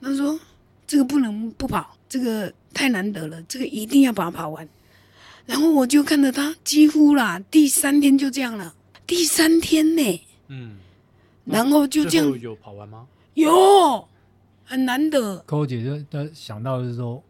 Speaker 5: 他说这个不能不跑，这个太难得了，这个一定要把它跑完。然后我就看着他，几乎啦，第三天就这样了，第三天呢，
Speaker 1: 嗯，
Speaker 5: 然后就这
Speaker 1: 最后
Speaker 5: 样，
Speaker 1: 有跑完吗？
Speaker 5: 有很难得，
Speaker 4: 扣姐就她想到就是说，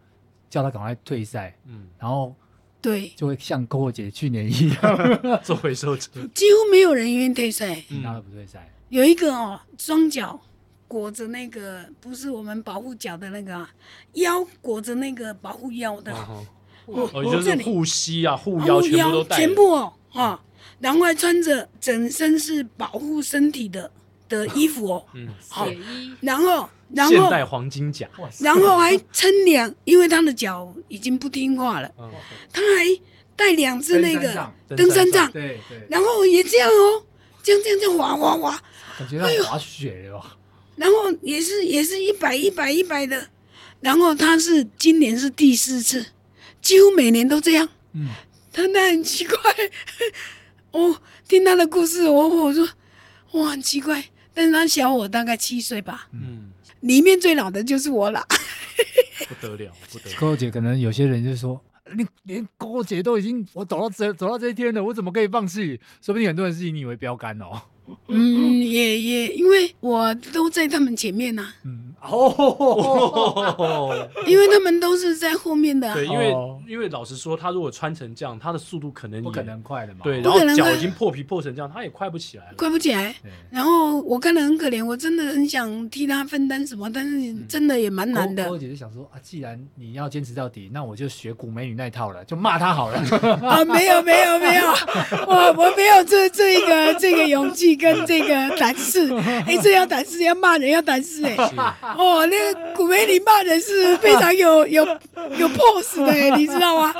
Speaker 4: 叫他赶快退赛，
Speaker 1: 嗯，
Speaker 4: 然后
Speaker 5: 对，
Speaker 4: 就会像扣姐去年一样，
Speaker 1: 做回收车，
Speaker 5: 几乎没有人愿意退赛。
Speaker 1: 嗯
Speaker 4: 让他不退赛。
Speaker 5: 有一个哦，双脚裹着那个，不是我们保护脚的那个、啊，腰裹着那个保护腰的，
Speaker 1: 哦，
Speaker 5: 我
Speaker 1: 哦就是
Speaker 5: 这里
Speaker 1: 护膝啊、护腰全部都带了，
Speaker 5: 全部哦啊，然后还穿着整身是保护身体的的衣服哦，
Speaker 1: 嗯，
Speaker 5: 好
Speaker 3: 血衣
Speaker 5: 然后然
Speaker 1: 现
Speaker 5: 后
Speaker 1: 代黄金甲，
Speaker 5: 然后还撑两，因为他的脚已经不听话了，
Speaker 1: 嗯，
Speaker 5: 他还带两只那个
Speaker 4: 登
Speaker 5: 登
Speaker 4: 山
Speaker 5: 山
Speaker 4: 杖
Speaker 5: 杖，
Speaker 4: 对对，
Speaker 5: 然后也这样哦，这样这样这样滑滑滑，
Speaker 4: 感觉像滑雪哦。
Speaker 5: 然后也是也是一百一百一百的，然后他是今年是第四次，几乎每年都这样。
Speaker 4: 嗯，
Speaker 5: 他那很奇怪， 我听他的故事，我我说哇很奇怪，但是他小我大概七岁吧，
Speaker 1: 嗯，
Speaker 5: 里面最老的就是我啦。
Speaker 1: 不得了，不 得了，
Speaker 4: 扣姐可能有些人就说。你连郭姐都已经我走到这走到这一天了，我怎么可以放弃？说不定很多人是以你为标杆哦。
Speaker 5: 嗯，也也因为我都在他们前面呐、啊
Speaker 4: 嗯，哦，
Speaker 1: 哦，
Speaker 5: 因为他们都是在后面的啊、
Speaker 1: 对，因为
Speaker 4: 哦
Speaker 1: 因为老实说，他如果穿成这样，他的速度可能
Speaker 4: 不
Speaker 1: 也
Speaker 4: 可能快的嘛。
Speaker 1: 对，
Speaker 5: 不
Speaker 1: 然
Speaker 5: 可
Speaker 1: 后
Speaker 5: 能
Speaker 1: 脚
Speaker 5: 快
Speaker 1: 已经破皮破成这样，他也快不起来 了。
Speaker 5: 快不起来。
Speaker 4: 对
Speaker 5: 然后我看了很可怜，我真的很想替他分担什么，但是真的也蛮难的
Speaker 4: 郭。姐就想说啊，既然你要坚持到底，那我就学古美女那一套了，就骂她好了。
Speaker 5: 啊，没有没 有没有，我我没有这这一个这个勇气跟这个胆识， 哎，这要胆识，要骂人要胆识，哎，哦，那个古美里骂人是非常有有有 pose 的，哎，你知道吗？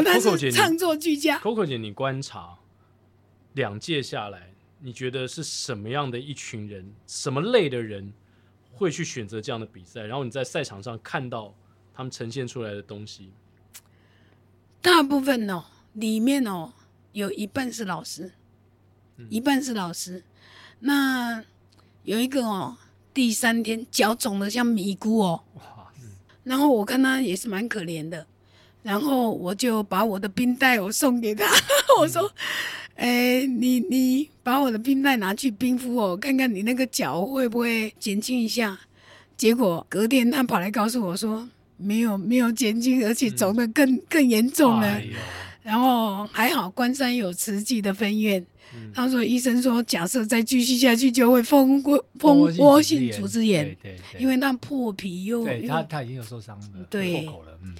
Speaker 1: 那
Speaker 5: 他
Speaker 1: Coco 姐
Speaker 5: 是
Speaker 1: 你
Speaker 5: 唱作俱佳，
Speaker 1: Coco 姐，你观察两届下来，你觉得是什么样的一群人，什么类的人会去选择这样的比赛？然后你在赛场上看到他们呈现出来的东西，
Speaker 5: 大部分哦，里面哦，有一半是老师，
Speaker 4: 嗯
Speaker 5: 一半是老师。那有一个哦，第三天脚肿的像米糊哦，然后我看他也是蛮可怜的，然后我就把我的冰袋我送给他，
Speaker 4: 嗯
Speaker 5: 我说：“哎、你你把我的冰袋拿去冰敷哦，看看你那个脚会不会减轻一下。”结果隔天他跑来告诉我说：“没有没有减轻，而且肿得更、更严重了。
Speaker 4: 嗯哎呦
Speaker 5: 然后还好关山有慈济的分院，
Speaker 1: 嗯
Speaker 5: 他说医生说，假设再继续下去就会蜂窝蜂窝
Speaker 4: 窝
Speaker 5: 性组织炎，
Speaker 4: 对对对，
Speaker 5: 因为那破皮又
Speaker 4: 对
Speaker 5: 又
Speaker 4: 他他已经有受伤了，
Speaker 5: 对
Speaker 4: 破口了，嗯，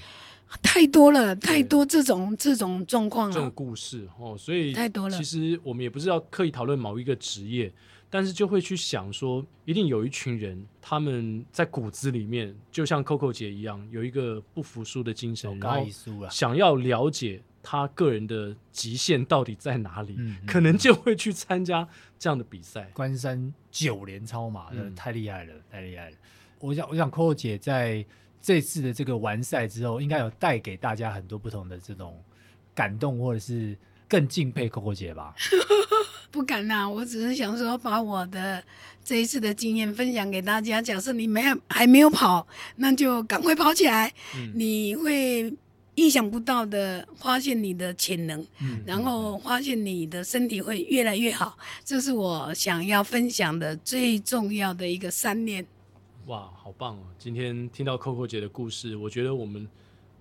Speaker 5: 太多了，太多这种这种状况
Speaker 1: 这种
Speaker 5: 了。
Speaker 1: 故事哦，所以
Speaker 5: 嗯太多了
Speaker 1: 其实我们也不是要刻意讨论某一个职业，但是就会去想说，一定有一群人，他们在骨子里面，就像 Coco 姐一样，有一个不服输的精神，然
Speaker 4: 高
Speaker 1: 后
Speaker 4: 一输了，
Speaker 1: 想要了解他个人的极限到底在哪里，
Speaker 4: 嗯嗯
Speaker 1: 可能就会去参加这样的比赛。
Speaker 4: 关山九连超马，真的
Speaker 1: 嗯
Speaker 4: 太厉害了，太厉害了。我想，我想 Coco 姐在这次的这个完赛之后，应该有带给大家很多不同的这种感动，或者是更敬佩 Coco 姐吧。
Speaker 5: 不敢啦、我只是想说把我的这一次的经验分享给大家。假设你没有还没有跑，那就赶快跑起来，
Speaker 1: 嗯
Speaker 5: 你会意想不到的发现你的潜能。
Speaker 1: 嗯
Speaker 5: 然后发现你的身体会越来越好，这是我想要分享的最重要的一个三念。
Speaker 1: 哇，好棒哦！今天听到 Coco 姐的故事，我觉得我们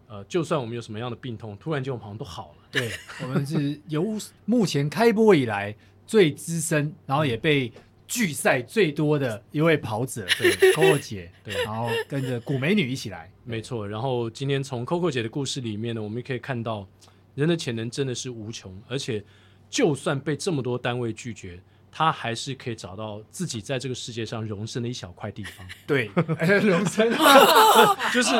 Speaker 1: 呃，就算我们有什么样的病痛，突然间我们好像都好了。
Speaker 4: 对我们是由目前开播以来最资深，然后也被聚赛最多的一位跑者，对 Coco 姐，对，然后跟着古美女一起来，
Speaker 1: 没错，然后今天从 Coco 姐的故事里面呢，我们可以看到人的潜能真的是无穷，而且就算被这么多单位拒绝，她还是可以找到自己在这个世界上容身的一小块地方，
Speaker 4: 对， 荣生，
Speaker 1: 啊就是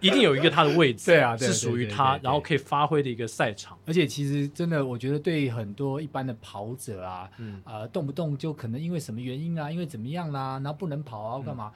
Speaker 1: 一定有一个她的位置，
Speaker 4: 对啊对啊
Speaker 1: 是属于
Speaker 4: 对对
Speaker 1: 她
Speaker 4: 对，对
Speaker 1: 然后可以发挥的一个赛场。
Speaker 4: 而且其实真的，我觉得对很多一般的跑者啊，
Speaker 1: 嗯嗯
Speaker 4: 呃，动不动就可能因为什么原因啊，因为怎么样啦、然后不能跑啊，干嘛？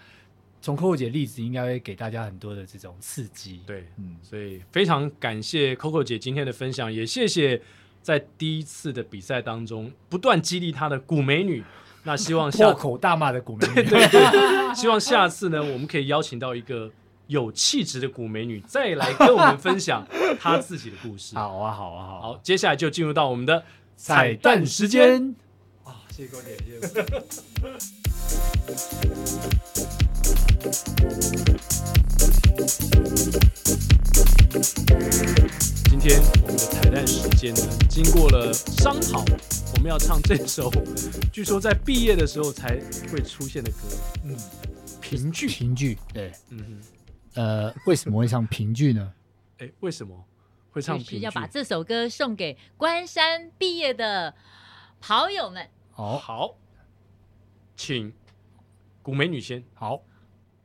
Speaker 4: 从 Coco 姐例子应该会给大家很多的这种刺激。，
Speaker 1: 对，
Speaker 4: 嗯，
Speaker 1: 所以非常感谢 Coco 姐今天的分享，也谢谢在第一次的比赛当中不断激励她的古美女。那希望
Speaker 4: 破
Speaker 1: 下
Speaker 4: 口大骂的股民，
Speaker 1: 对 对，希望下次呢，我们可以邀请到一个有气质的古美女，再来跟我们分享她自己的故事。，
Speaker 4: 好啊，好啊，好啊。
Speaker 1: 好，接下来就进入到我们的
Speaker 4: 彩蛋时。间。
Speaker 1: 啊谢谢郭姐，谢谢。今天我们的彩蛋时间呢，经过了商讨，我们要唱这首，据说在毕业的时候才会出现的歌，
Speaker 4: 嗯，
Speaker 1: 评剧。
Speaker 4: 评剧，对，
Speaker 1: 嗯哼，
Speaker 4: 呃，为什么会唱评剧呢？
Speaker 1: 哎，为什么会唱评
Speaker 3: 就是
Speaker 1: 剧？
Speaker 3: 要把这首歌送给关山毕业的跑友们。
Speaker 4: 好
Speaker 1: 好，请古美女先。
Speaker 4: 好，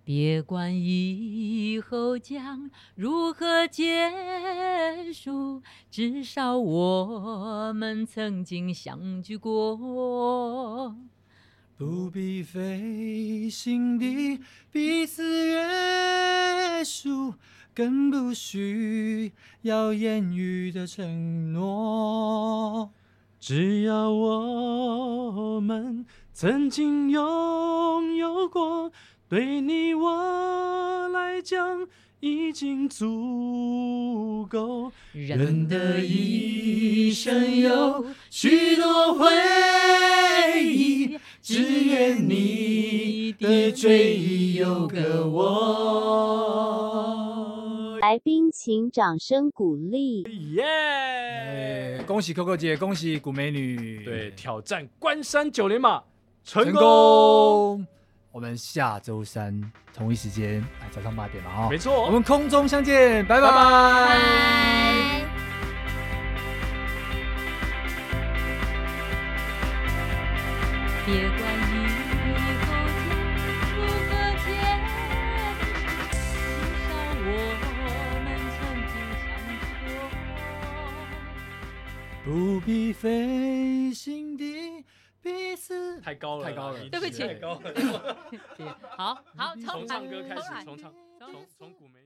Speaker 3: 别管以后将如何结束，至少我们曾经相聚过。
Speaker 4: 不必费心地彼此约束，更不需要言语的承诺。
Speaker 1: 只要我们曾经拥有过，对你我来讲已经足够。
Speaker 3: 人
Speaker 4: 的一
Speaker 3: 生
Speaker 4: 有许多回忆，只愿你的追忆有个我。
Speaker 6: 来宾请掌声鼓励。
Speaker 1: 耶、
Speaker 4: 哎，恭喜 Coco 姐，恭喜古美女，
Speaker 1: 对，挑战关山九连马成
Speaker 4: 成
Speaker 1: 功，
Speaker 4: 功。我们下周三同一时间，哎，早上八点嘛，
Speaker 1: 没
Speaker 4: 哦，
Speaker 1: 错，
Speaker 4: 我们空中相见，拜
Speaker 1: 拜
Speaker 4: 拜
Speaker 3: 拜。别管以后将如何结束，至少我们曾经相聚过。
Speaker 4: 不必费心地彼此。
Speaker 1: 太高了，
Speaker 4: 太高了
Speaker 1: 一致
Speaker 3: 对不起
Speaker 1: 太高了。
Speaker 3: 好好，
Speaker 1: 嗯从
Speaker 3: 重
Speaker 1: 唱
Speaker 3: 来
Speaker 1: 歌开
Speaker 3: 重来
Speaker 1: 始，从唱，从从古梅。